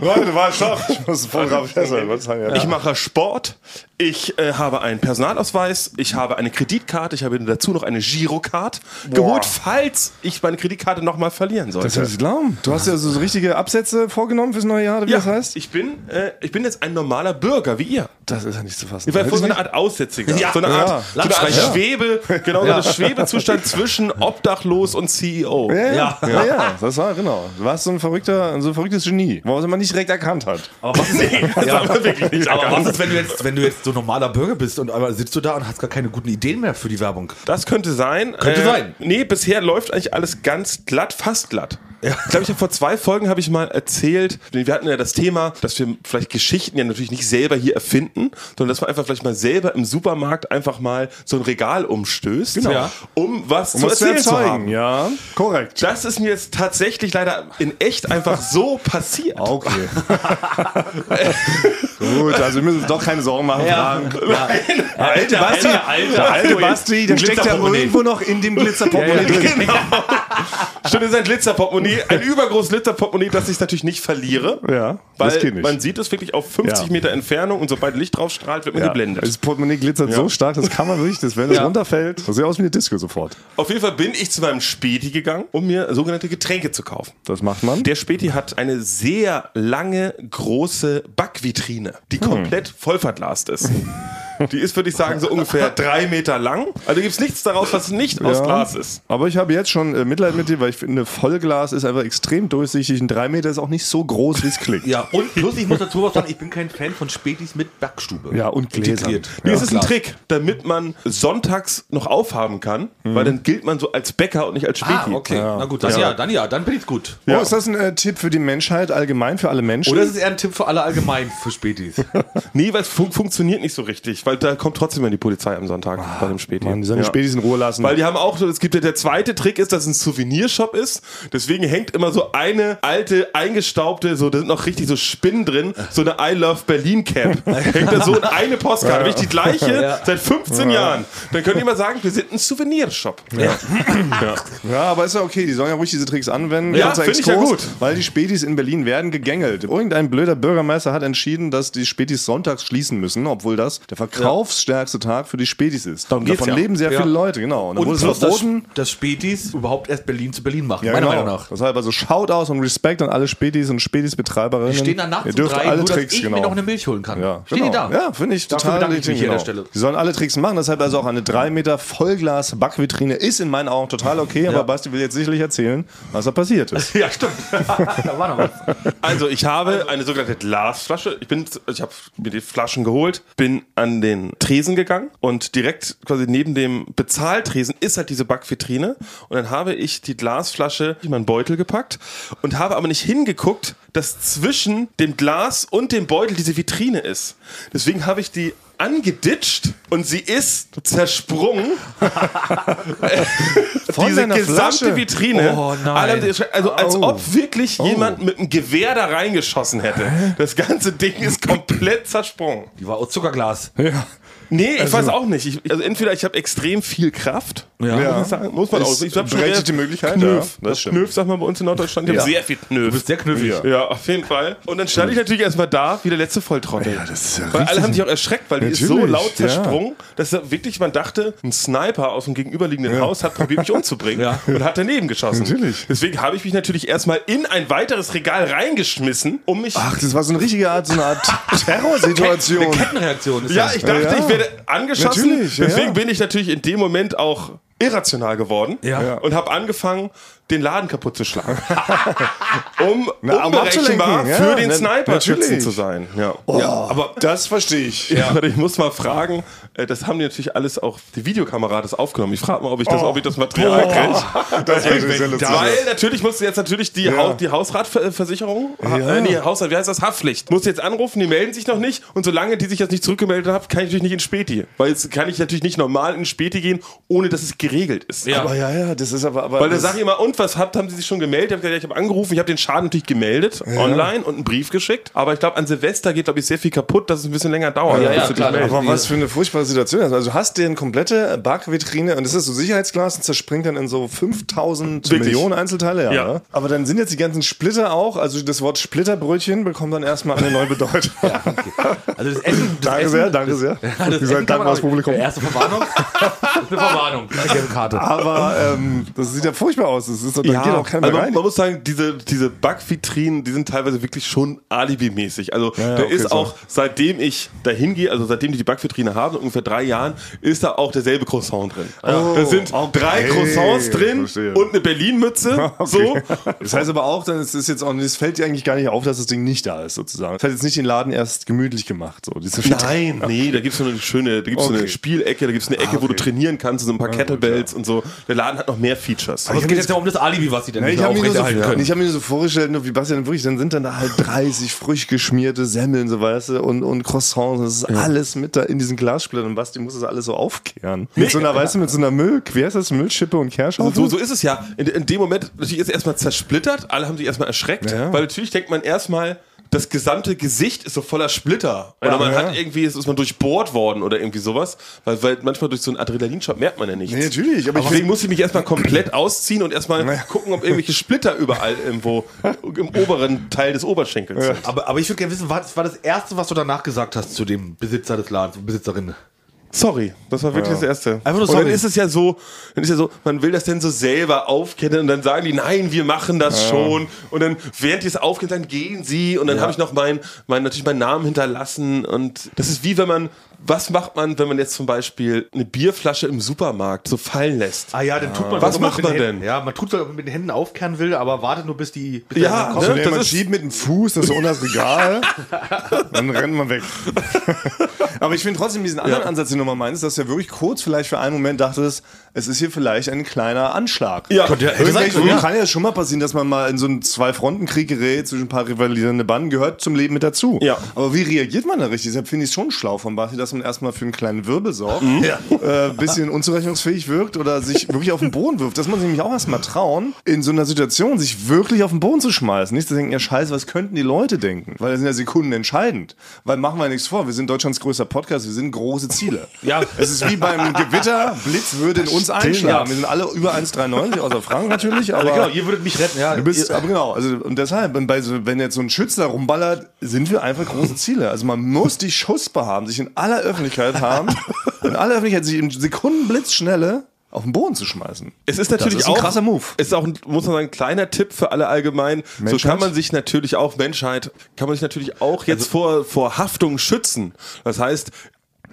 S5: Leute, war scharf. Ich muss voll drauf sein. Was sagen wir?
S6: Ich mache Sport, ich äh, habe einen Personalausweis, ich habe eine Kreditkarte, ich habe dazu noch eine Girocard geholt, falls ich meine Kreditkarte nochmal verlieren sollte.
S5: Das ist glauben. Du hast ja so richtige Absätze vorgenommen fürs neue Jahr, oder wie
S6: Ja,
S5: das heißt?
S6: ich bin, äh, ich bin jetzt ein normaler Bürger, wie ihr.
S5: Das ist ja nicht zu fassen.
S6: Ich war vorher so eine Art Aussätziger.
S3: Ja.
S6: So eine Art,
S5: Ja.
S6: so eine Art
S3: Landstreicher.
S6: Schwebe, genau, so ein Schwebezustand zwischen Obdachlos und E CEO.
S5: ja, ja.
S3: Ja.
S5: Ja. ja, das war genau. Du warst so ein verrückter, so ein verrücktes Genie, was man nicht direkt erkannt hat.
S3: aber was,
S6: Nee, das haben wir wirklich nicht
S3: aber was
S6: erkannt.
S3: ist, wenn du jetzt, wenn du jetzt so normaler Bürger bist und aber sitzt du da und hast gar keine guten Ideen mehr für die Werbung?
S6: Das könnte sein. äh,
S3: Könnte sein.
S6: Nee, bisher läuft eigentlich alles ganz glatt, fast glatt. Ich glaube, ich habe vor zwei Folgen habe ich mal erzählt, wir hatten ja das Thema, dass wir vielleicht Geschichten ja natürlich nicht selber hier erfinden, sondern dass man einfach vielleicht mal selber im Supermarkt einfach mal so ein Regal umstößt,
S3: Ja.
S6: um was zu erzählen zu haben.
S5: ja. Korrekt.
S6: Das ist mir jetzt tatsächlich leider in echt einfach so passiert.
S5: Okay. Gut, also wir müssen uns doch keine Sorgen machen. Ja.
S3: Alter,
S5: Basti, der alte Basti, der steckt ja
S3: Glitzerportemonnaie.
S5: irgendwo noch in dem Glitzerportemonnaie drin.
S6: Genau. Schon ist ein Glitzerportemonnaie, ein übergroßes Glitzerportemonnaie, das ich natürlich nicht verliere.
S5: Ja,
S6: Weil
S5: das geht nicht.
S6: man sieht es wirklich auf 50
S5: Ja.
S6: Meter Entfernung und sobald Licht drauf strahlt, wird man
S5: ja.
S6: geblendet.
S5: Das Portemonnaie glitzert so stark, das kann man wirklich, das, wenn das runterfällt, das sieht aus wie eine Disco sofort.
S6: Auf jeden Fall bin ich zu meinem Späti gegangen, um mir sogenannte Getränke zu kaufen.
S5: Das macht man.
S6: Der Späti hat eine sehr lange, große Backvitrine, die
S5: Hm.
S6: komplett voll verglast ist. Die ist, würde ich sagen, so ungefähr drei Meter lang. Also gibt es nichts daraus, was nicht aus
S5: Ja.
S6: Glas ist.
S5: Aber ich habe jetzt schon äh, Mitleid mit dir, weil ich finde, Vollglas ist einfach extrem durchsichtig. Ein 3 Meter ist auch nicht so groß, wie es klingt.
S3: Ja, und plus, ich muss dazu was sagen, ich bin kein Fan von Spätis mit Backstube.
S5: Ja, und Gläsern.
S3: Integriert.
S6: Nee,
S3: Ja,
S6: es ist ein
S3: klar.
S6: Trick, damit man sonntags noch aufhaben kann,
S5: Hm.
S6: weil dann gilt man so als Bäcker und nicht als Späti.
S3: Ah, okay. Na gut, dann ja. dann ja, dann bin ich's gut.
S5: Oh, ist das ein äh, Tipp für die Menschheit allgemein, für alle Menschen?
S3: Oder ist es eher ein Tipp für alle allgemein für Spätis?
S6: Nee, weil es fun funktioniert nicht so richtig, weil da kommt trotzdem immer die Polizei am Sonntag bei dem
S5: Ah,
S6: Späti.
S5: Oh Mann, die sollen die Spätis in Ruhe lassen.
S6: Weil die haben auch, so- es gibt ja der zweite Trick ist, dass es ein Souvenirshop ist. Deswegen hängt immer so eine alte, eingestaubte, so, da sind noch richtig so Spinnen drin, so eine I Love Berlin Cap. hängt da so in eine Postkarte. Wirklich die gleiche seit 15 Jahren. Dann könnt ihr immer sagen, wir sind ein Souvenirshop.
S5: ja, aber ist ja okay, die sollen ja ruhig diese Tricks anwenden.
S6: Ja,
S5: Ganzer
S6: find ich ja
S5: Exkurs,
S6: gut.
S5: Weil die Spätis in Berlin werden gegängelt. Irgendein blöder Bürgermeister hat entschieden, dass die Spätis sonntags schließen müssen, obwohl das der verkaufsstärkste Tag für die Spätis ist.
S6: Darum geht's
S5: Davon
S6: ja.
S5: leben sehr
S3: Ja.
S5: viele Leute, genau. Und dann wurde es
S3: plus,
S5: verboten.
S3: dass, dass Spätis überhaupt erst Berlin zu Berlin machen,
S5: Ja,
S3: meiner
S5: genau.
S3: Meinung nach.
S5: Deshalb also schaut aus und Respekt an alle Spätis und Spätis-Betreiberinnen.
S3: Die stehen dann nachts
S5: Ihr dürft
S3: um drei,
S5: alle
S3: nur, dass
S5: Tricks,
S3: ich
S5: genau.
S3: mir noch eine Milch holen kann.
S5: ja,
S3: Stehen
S5: genau.
S3: die da?
S5: Ja, finde ich
S3: Dafür
S5: total
S3: bedanke ich mich
S5: legitim,
S3: hier an der
S5: genau.
S3: Stelle.
S5: Die sollen alle Tricks machen, deshalb also auch eine 3 Meter Vollglas Backvitrine ist in meinen Augen total okay, aber Basti will jetzt sicherlich erzählen, was da passiert ist.
S3: Ja, stimmt. da war noch was.
S6: Also ich habe eine sogenannte Glasflasche. Ich bin, ich habe mir die Flaschen geholt, bin an den Tresen gegangen und direkt quasi neben dem Bezahltresen ist halt diese Backvitrine. Und dann habe ich die Glasflasche in meinen Beutel gepackt und habe aber nicht hingeguckt, dass zwischen dem Glas und dem Beutel diese Vitrine ist. Deswegen habe ich die angeditscht und sie ist zersprungen. diese
S5: deiner
S6: gesamte
S5: Flasche?
S6: Vitrine.
S3: Oh nein.
S6: Alle haben die- also als ob wirklich jemand mit einem Gewehr da reingeschossen hätte. Das ganze Ding ist komplett zersprungen.
S3: Die war aus Zuckerglas.
S6: Nee, ich weiß auch nicht. Ich, also entweder ich habe extrem viel Kraft, muss ich sagen. Muss man
S5: Ist
S6: auch. Ich hab
S5: berechtigt
S6: sehr-
S5: die Möglichkeit, ja.
S6: Knöf.
S5: Das
S6: Das
S5: stimmt.
S6: Knöf, sagt man bei uns in Norddeutschland. Ich hab
S5: Ja.
S6: sehr viel Knöf.
S3: Du bist sehr knüffig.
S5: Ja.
S6: Ja, auf jeden Fall. Und dann stand ich natürlich erstmal da, wie der letzte Volltrottel. Ja,
S5: das ist ja
S6: weil alle
S5: richtig-
S6: haben sich auch erschreckt, weil die ist so
S5: Natürlich,
S6: laut
S5: ja.
S6: zersprungen, dass da wirklich man dachte, ein Sniper aus dem gegenüberliegenden Haus hat probiert, mich umzubringen
S3: Ja.
S6: und hat daneben geschossen.
S5: Natürlich.
S6: Deswegen habe ich mich natürlich erstmal in ein weiteres Regal reingeschmissen, um mich.
S5: Ach, das war so eine richtige Art, so eine Art Terrorsituation.
S3: Kettenreaktion ist
S6: ja,
S3: das.
S6: ich dachte,
S5: Ja.
S6: ich werde angeschossen.
S5: Natürlich, ja,
S6: Deswegen
S5: ja.
S6: bin ich natürlich in dem Moment auch irrational geworden
S3: Ja. Ja.
S6: und habe angefangen, den Laden kaputt zu schlagen. um
S5: Na, um
S6: unberechenbar
S5: abzulenken, ja.
S6: für den
S5: Na-
S6: Sniper schützen
S5: natürlich.
S6: zu sein. Ja.
S5: Oh,
S6: ja,
S5: aber das verstehe ich.
S6: Ja. Warte, ich muss mal fragen, äh, das haben die natürlich alles auch, die Videokamera hat das aufgenommen. Ich frage mal, ob ich das, ob ich das Material kriege.
S5: Oh. Das wäre sehr lustig.
S6: Weil natürlich musste jetzt natürlich die,
S5: Ja.
S6: Haus, die Hausratversicherung, ha-
S5: Ja.
S6: äh, nee, Hausrat, wie heißt das? Haftpflicht. Muss jetzt anrufen, die melden sich noch nicht und solange die sich jetzt nicht zurückgemeldet haben, kann ich natürlich nicht in Späti. Weil jetzt kann ich natürlich nicht normal in Späti gehen, ohne dass es geregelt ist.
S3: Ja.
S5: Aber ja, ja, das ist aber... aber
S6: Weil da
S5: das-
S6: sag ich immer, und was habt, haben sie sich schon gemeldet? Ich habe gesagt, ja, ich habe angerufen, ich habe den Schaden natürlich gemeldet, online und einen Brief geschickt. Aber ich glaube, an Silvester geht, glaube ich, sehr viel kaputt, dass es ein bisschen länger dauert,
S3: Ja, ja,
S6: du
S3: klar,
S6: meldest.
S5: Aber was für eine furchtbare Situation. Also du hast dir eine komplette Backvitrine und das ist so Sicherheitsglas und zerspringt dann in so 5000
S6: Wirklich?
S5: Millionen Einzelteile. Ja,
S6: Ja.
S5: Ne? Aber dann sind jetzt die ganzen Splitter auch, also das Wort Splitterbrötchen bekommt dann erstmal eine neue Bedeutung.
S3: Also das Essen, das
S5: danke
S3: Essen,
S5: sehr, danke sehr.
S3: Ja, das
S5: Wie gesagt,
S3: Essen kann
S5: danke
S3: man
S5: ans
S3: auch-
S5: Publikum.
S3: Erste Verwarnung. Das ist eine Verwarnung. Gelbe Karte.
S5: Aber ähm, das sieht ja furchtbar aus. Das ist, da
S6: Ja,
S5: geht auch keiner mehr
S6: also man,
S5: rein.
S6: man muss sagen, diese, diese Backvitrinen, die sind teilweise wirklich schon alibimäßig. Also
S5: ja,
S6: da
S5: okay,
S6: ist
S5: so.
S6: auch, seitdem ich da hingehe, also seitdem die die Backvitrine haben, ungefähr drei Jahren, ist da auch derselbe Croissant drin. da sind drei Croissants drin
S5: Oh, verstehe.
S6: und eine Berlin-Mütze. So.
S5: Das heißt aber auch, dann ist es jetzt auch, es fällt dir eigentlich gar nicht auf, dass das Ding nicht da ist, sozusagen. Es hat jetzt nicht den Laden erst gemütlich gemacht, so diese
S6: Nein, nee, da gibt's so eine schöne, da gibt's so eine
S5: Okay. Ah,
S6: Spielecke, da gibt's eine Ecke, wo du trainieren kannst, so ein paar Kettlebells und so. Der Laden hat noch mehr Features.
S3: Aber es geht jetzt ja um das Alibi, was sie denn
S5: Ja,
S3: nicht
S5: ich
S3: mehr
S5: habe mir, nur so,
S3: aufrechterhalten
S5: ich
S3: können.
S5: hab mir nur so vorgestellt, nur wie Bastian wirklich, dann sind dann da halt 30 frisch geschmierte Semmeln, so weißt du, und, und Croissants, das ist alles mit da in diesen Glassplittern und Basti muss das alles so aufkehren. Mit so einer, weißt du, mit so einer Müll, wie heißt das, Müllschippe und Kerschaufel?
S6: So, so ist es ja. In, in dem Moment, natürlich ist es erstmal zersplittert, alle haben sich erstmal erschreckt,
S5: Ja.
S6: weil natürlich denkt man erstmal, das gesamte Gesicht ist so voller Splitter. Oder
S5: Ja.
S6: man
S5: Ja.
S6: hat irgendwie, ist, ist man durchbohrt worden oder irgendwie sowas. Weil, weil manchmal durch so einen Adrenalinshot merkt man ja nichts.
S5: Nee, natürlich, aber
S6: Aber
S5: ich
S6: deswegen
S5: will-
S6: muss ich mich erstmal komplett ausziehen und erstmal
S5: Ja.
S6: gucken, ob irgendwelche Splitter überall irgendwo im oberen Teil des Oberschenkels sind.
S3: Aber, aber ich würde gerne wissen, was war das Erste, was du danach gesagt hast zu dem Besitzer des Ladens, Besitzerin?
S6: Sorry, das war wirklich
S5: Ja.
S6: das Erste.
S3: Einfach nur
S6: und dann
S3: sorry.
S6: ist es ja so, dann ist ja so, man will das denn so selber aufkennen und dann sagen die, nein, wir machen das schon. Und dann, während die es aufkennen, dann gehen sie und dann habe ich noch meinen, mein, natürlich meinen Namen hinterlassen. Und das ist wie wenn man, was macht man, wenn man jetzt zum Beispiel eine Bierflasche im Supermarkt so fallen lässt?
S3: Ah ja, dann tut man
S6: Was
S3: wenn
S6: macht
S3: mit den
S6: man
S3: Händen-
S6: denn?
S3: Ja, man tut so mit den Händen aufkehren will, aber wartet nur bis die. Bis
S6: Ja,
S3: der kommt.
S6: ne?
S5: Nee,
S6: das
S5: man
S6: ist-
S5: schiebt mit dem Fuß das so unter das Regal, dann rennt man weg. Aber ich finde trotzdem diesen anderen
S6: Ja.
S5: Ansatz, den du mal meinst, dass du ja wirklich kurz vielleicht für einen Moment dachtest, es ist hier vielleicht ein kleiner Anschlag.
S6: Ja. Könnte ja- hätte
S5: Irgendwann-
S6: sein können, ja.
S5: kann ja schon mal passieren, dass man mal in so einen Zwei-Fronten-Krieg gerät zwischen ein paar rivalisierende Banden, gehört zum Leben mit dazu.
S6: Ja.
S5: Aber wie reagiert man da richtig? Deshalb finde ich es schon schlau von Buffy, dass man erstmal für einen kleinen Wirbel sorgt,
S3: Mhm.
S5: äh, bisschen unzurechnungsfähig wirkt oder sich wirklich auf den Boden wirft. Dass man sich nämlich auch erstmal trauen, in so einer Situation sich wirklich auf den Boden zu schmeißen. Nicht zu denken, ja scheiße, was könnten die Leute denken? Weil das sind ja Sekunden entscheidend. Weil machen wir nichts vor, wir sind Deutschlands größter Podcast, wir sind große Ziele.
S3: Ja.
S5: Es ist wie beim Gewitter, Blitz würde in uns einschlagen.
S3: ja.
S5: Wir sind alle über 1,93, außer Frank natürlich, aber...
S3: Genau, ihr würdet mich retten, ja.
S5: Du bist,
S3: ihr,
S5: aber genau, also und deshalb, wenn bei so, wenn jetzt so ein Schütze da rumballert, sind wir einfach große Ziele. Also man muss die Schussbar haben, sich in aller Öffentlichkeit haben, in aller Öffentlichkeit sich im Sekundenblitzschnelle auf den Boden zu schmeißen.
S6: Es ist natürlich
S5: Das ist ein
S6: auch
S5: krasser Move.
S6: Ist auch, ein- muss man sagen, ein kleiner Tipp für alle allgemein.
S5: Menschheit? Also
S6: So kann man sich natürlich auch Menschheit, kann man sich natürlich auch jetzt vor vor Haftung schützen. Das heißt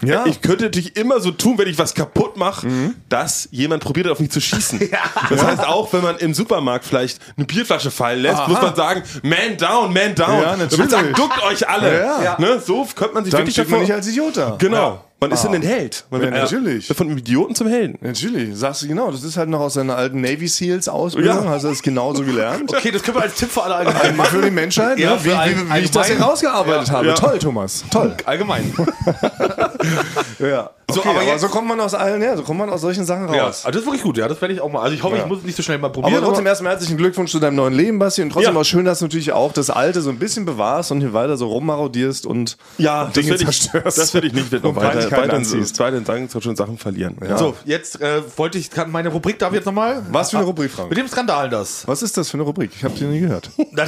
S5: Ja.
S6: Ich könnte natürlich immer so tun, wenn ich was kaputt mache, dass jemand probiert hat, auf mich zu schießen. Das heißt, auch wenn man im Supermarkt vielleicht eine Bierflasche fallen lässt, muss man sagen, man down, man down.
S5: Ja,
S6: Dann wird sagen,
S5: natürlich.
S6: duckt euch alle.
S5: Ja. Ja.
S6: Ne? So könnte man sich
S5: Dann
S6: wirklich
S5: steht man nicht als Idiot da.
S6: Genau. Man ist dann ein Held. Man
S5: Ja,
S6: wird-
S5: natürlich.
S6: Von einem Idioten zum Helden.
S5: Natürlich, sagst du genau, das ist halt noch aus deiner alten Navy Seals Ausbildung,
S6: Ja.
S5: hast du das genauso gelernt.
S3: okay, das können wir als Tipp für alle allgemein machen.
S5: Für die Menschheit,
S3: Ja,
S5: ne?
S3: für
S5: wie,
S3: ein-
S5: wie, wie ich das
S3: allgemein.
S5: hier rausgearbeitet habe.
S6: Ja.
S5: Toll, Thomas, toll.
S3: Allgemein.
S5: Ja. Okay, so, aber,
S3: aber jetzt-
S5: so kommt man aus allen, ja, so kommt man aus solchen Sachen
S3: Ja,
S5: raus.
S3: also das ist wirklich gut, ja, das werde ich auch mal. Also ich hoffe, ich muss es nicht so schnell mal probieren.
S5: Aber trotzdem erstmal herzlichen Glückwunsch zu deinem neuen Leben, Basti. Und trotzdem
S6: Ja.
S5: auch schön, dass du natürlich auch das Alte so ein bisschen bewahrst und hier weiter so rummarodierst und
S6: Ja, das
S5: Dinge
S6: werde ich,
S5: zerstörst.
S6: das werde ich nicht mit
S5: Und
S6: weiter,
S5: Kleinigkeiten
S6: weiter,
S5: anziehst.
S6: weiter in Sachen- schon Sachen verlieren. Ja.
S3: so, jetzt äh, wollte ich kann meine Rubrik, darf ich jetzt nochmal?
S5: Was
S6: Ah,
S5: für eine Rubrik, Frank?
S3: Mit dem Skandal das.
S5: Was ist das für eine Rubrik? Ich habe die nie gehört.
S3: Na, da-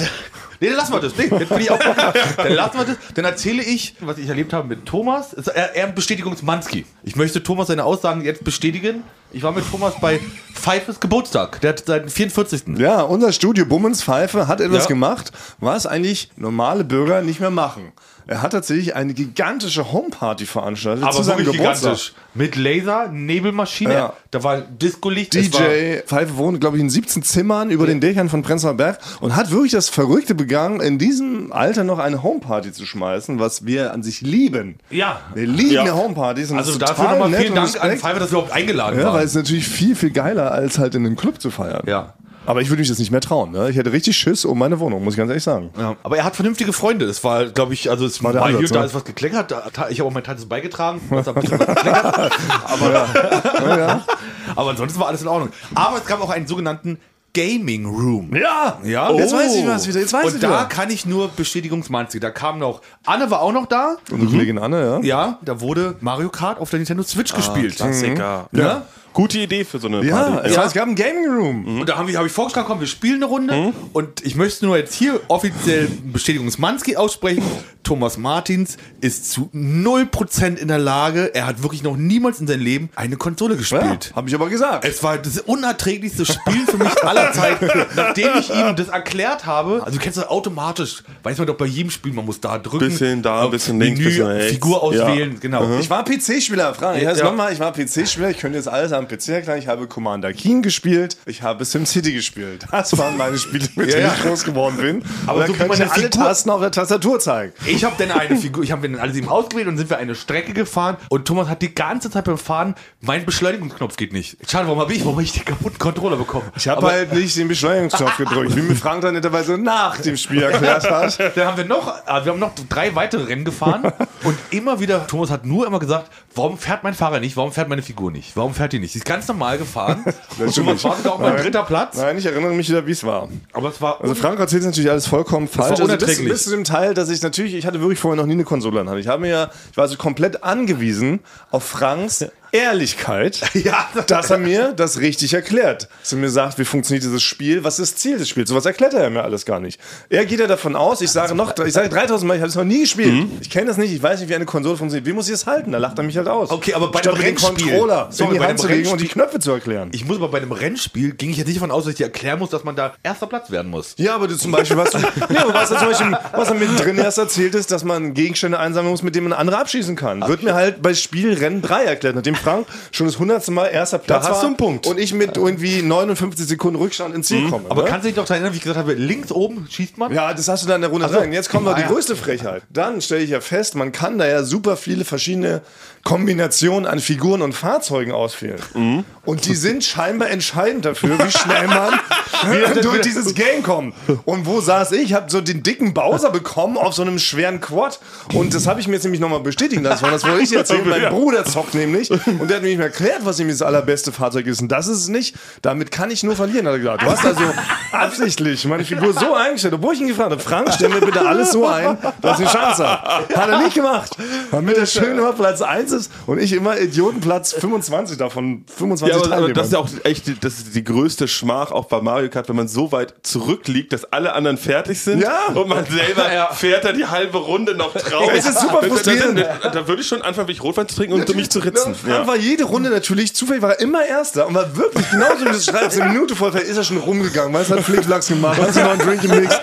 S3: nee, dann lassen wir das. Nee, jetzt bin ich auch. Dann lassen wir das. Dann erzähle ich, was ich erlebt habe mit Thomas. Es- Er, er Bestätigungsmanski. Ich möchte Thomas seine Aussagen jetzt bestätigen. Ich war mit Thomas bei Pfeifes Geburtstag. Der hat seinen 44.
S5: Ja, unser Studio Bummens Pfeife hat etwas
S3: Ja.
S5: gemacht, was eigentlich normale Bürger nicht mehr machen. Er hat tatsächlich eine gigantische Homeparty veranstaltet zu seinem Geburtstag.
S3: Mit Laser, Nebelmaschine,
S5: Ja.
S3: da war Disco-Licht. es war-
S5: DJ Pfeife wohnt, glaube ich, in 17 Zimmern über den Dächern von Prenzlauer Berg und hat wirklich das Verrückte begangen, in diesem Alter noch eine Homeparty zu schmeißen, was wir an sich lieben.
S3: Ja.
S5: Wir lieben
S6: Ja.
S5: ja Homepartys. und
S3: Also
S5: das
S3: dafür
S5: ist total
S3: nochmal
S5: nett
S3: vielen
S5: und
S3: Dank an
S5: Respekt.
S3: Pfeife, dass wir überhaupt eingeladen
S5: Ja, weil
S3: waren.
S5: es ist natürlich viel, viel geiler, als halt in einem Club zu feiern.
S3: Ja.
S5: Aber ich würde mich das nicht mehr trauen. Ne? Ich hätte richtig Schiss um meine Wohnung, muss ich ganz ehrlich sagen.
S3: Ja, aber er hat vernünftige Freunde. Das war, glaube ich, also es war,
S5: der
S3: hier
S5: Ansatz,
S3: und da
S5: ne?
S3: ist was gekleckert. Da, da- ich habe auch mein Tanz beigetragen. Was da ein bisschen was gekleckert hat. aber, aber ansonsten war alles in Ordnung. Aber es gab auch einen sogenannten Gaming Room.
S5: Ja,
S3: Ja, Oh.
S5: Jetzt weiß ich was wieder. Jetzt weiß
S3: Und
S5: ich
S3: da
S5: wieder.
S3: kann ich nur Bestätigungsmanzi. Da kam noch, Anne war auch noch da.
S5: Unsere Kollegin Anne, ja.
S3: Mhm. Ja, da wurde Mario Kart auf der Nintendo Switch
S6: Ah,
S3: gespielt.
S6: Klassiker. Ja. Gute Idee für so eine
S5: Ja,
S6: Party.
S5: es,
S3: Ja.
S5: War, es gab einen Gaming Room.
S6: Mhm.
S3: Und da habe ich, hab ich vorgeschlagen, komm, wir spielen eine Runde. Und ich möchte nur jetzt hier offiziell Bestätigungsmanski aussprechen. Thomas Martins ist zu 0% in der Lage, er hat wirklich noch niemals in seinem Leben eine Konsole gespielt.
S5: Hab ich aber gesagt.
S3: Es war das unerträglichste Spiel für mich aller Zeiten, nachdem ich ihm das erklärt habe. Also du kennst das automatisch, weiß man doch bei jedem Spiel, man muss da drücken.
S6: Bisschen da,
S3: äh,
S6: bisschen links,
S3: Menü,
S6: bisschen rechts. Mhm.
S3: Figur auswählen, genau.
S5: Ich war PC-Spieler, Frank. Ich, heißt
S3: Ja.
S5: nochmal, ich war PC-Spieler, ich könnte jetzt alles am PC erklären. Ich habe Commander Keen gespielt, ich habe SimCity gespielt. Das waren meine Spiele, mit
S3: Ja,
S5: denen
S3: ja.
S5: ich groß geworden bin.
S3: Aber
S5: Und da
S3: so wie
S5: kann ich
S3: meine
S5: dir alle
S3: Figur-
S5: Tasten auf der Tastatur zeigen.
S3: Ich habe dann eine Figur, ich habe dann alle sieben ausgewählt und sind wir eine Strecke gefahren und Thomas hat die ganze Zeit beim Fahren, mein Beschleunigungsknopf geht nicht. Schade, warum habe ich, warum hab ich den kaputten Controller bekommen?
S5: Ich habe
S3: Aber
S5: halt nicht den Beschleunigungsknopf gedrückt, wie mir Frank dann netterweise nach dem Spiel erklärt hat.
S3: ah, Dann haben wir noch, äh, wir haben noch drei weitere Rennen gefahren und immer wieder, Thomas hat nur immer gesagt, Warum fährt mein Fahrer nicht? Warum fährt meine Figur nicht? Warum fährt die nicht? Sie ist ganz normal gefahren. und schon mal
S5: Natürlich.
S3: war sogar auch mein
S5: Nein.
S3: dritter Platz.
S5: Nein, ich erinnere mich wieder, wie es war.
S3: Aber es war
S5: Also Frank erzählt natürlich alles vollkommen falsch.
S3: war
S5: Also bis,
S3: unerträglich.
S5: bis zu dem Teil, dass ich natürlich, ich hatte wirklich vorher noch nie eine Konsole anhatte. Ich habe mir ja, ich war also komplett angewiesen auf Franks Ehrlichkeit,
S3: Ja.
S5: dass er mir das richtig erklärt. Dass er mir sagt, wie funktioniert dieses Spiel, was ist das Ziel des Spiels. Sowas erklärt er ja mir alles gar nicht. Er geht ja davon aus, ich sage noch, ich sage 3000 Mal, ich habe es noch nie gespielt.
S3: Mhm.
S5: Ich kenne das nicht, ich weiß nicht, wie eine Konsole funktioniert. Wie muss ich es halten? Da lacht er mich halt aus.
S3: Okay, aber bei
S5: Statt
S3: dem
S5: mir den
S3: Rennspiel-
S5: Controller
S3: Sorry,
S5: in die
S3: bei
S5: Hand
S3: dem
S5: zu legen und die
S3: Rennspiel-
S5: Knöpfe zu erklären.
S3: ich muss aber bei einem Rennspiel, ging ich jetzt nicht davon aus, dass ich dir erklären muss, dass man da erster Platz werden muss.
S5: Ja, aber du zum Beispiel, was, du, nee, aber was, er zum Beispiel, was er mittendrin erst erzählt ist, dass man Gegenstände einsammeln muss, mit denen man andere abschießen kann. Wird mir halt bei Spielrennen 3 erklärt, nachdem Frank schon das hundertste Mal erster Platz
S6: hast
S5: war
S6: du einen Punkt.
S5: und ich mit irgendwie 59 Sekunden Rückstand ins Ziel komme.
S3: Aber
S5: ne?
S3: kannst du dich doch daran erinnern, wie ich gesagt habe, links oben schießt man?
S5: ja, das hast du dann in der Runde
S3: Ach so.
S5: drin. Jetzt kommt noch die
S3: Ah, ja.
S5: größte Frechheit. Dann stelle ich ja fest, man kann da ja super viele verschiedene Kombinationen an Figuren und Fahrzeugen auswählen. Und die sind scheinbar entscheidend dafür, wie schnell man durch dieses Game kommt. Und wo saß ich? Ich habe so den dicken Bowser bekommen auf so einem schweren Quad. Und das habe ich mir jetzt nämlich nochmal bestätigen lassen. weil Das wollte ich dir erzählen. Mein Bruder zockt nämlich. Und der hat mir nicht mehr erklärt, was ihm das allerbeste Fahrzeug ist. Und das ist es nicht. Damit kann ich nur verlieren, hat er gesagt. Du hast also absichtlich meine Figur so eingestellt, obwohl ich ihn gefragt habe, Frank, stell mir bitte alles so ein, dass ich eine Chance habe. Hat er nicht gemacht. Damit er schön immer Platz 1 ist und ich immer Idiotenplatz 25 davon. 25
S6: Ja, aber, aber
S5: Teilnehmern.
S6: das ist ja auch echt die- das ist die größte Schmach auch bei Mario Kart, wenn man so weit zurückliegt, dass alle anderen fertig sind
S5: Ja.
S6: und man selber
S3: Ja.
S6: fährt da die halbe Runde noch drauf.
S5: Es ist super
S6: Da- da-
S5: frustrierend.
S6: Da, da, da würde ich schon anfangen, wirklich Rotwein zu trinken und um mich zu ritzen.
S5: Frank war jede Runde natürlich, zufällig war er immer Erster und war wirklich genauso wie du es schreibst, eine Minute vorher ist er schon rumgegangen, weißt du, hat Flickflacks gemacht, hat sich noch einen Drink im Mix,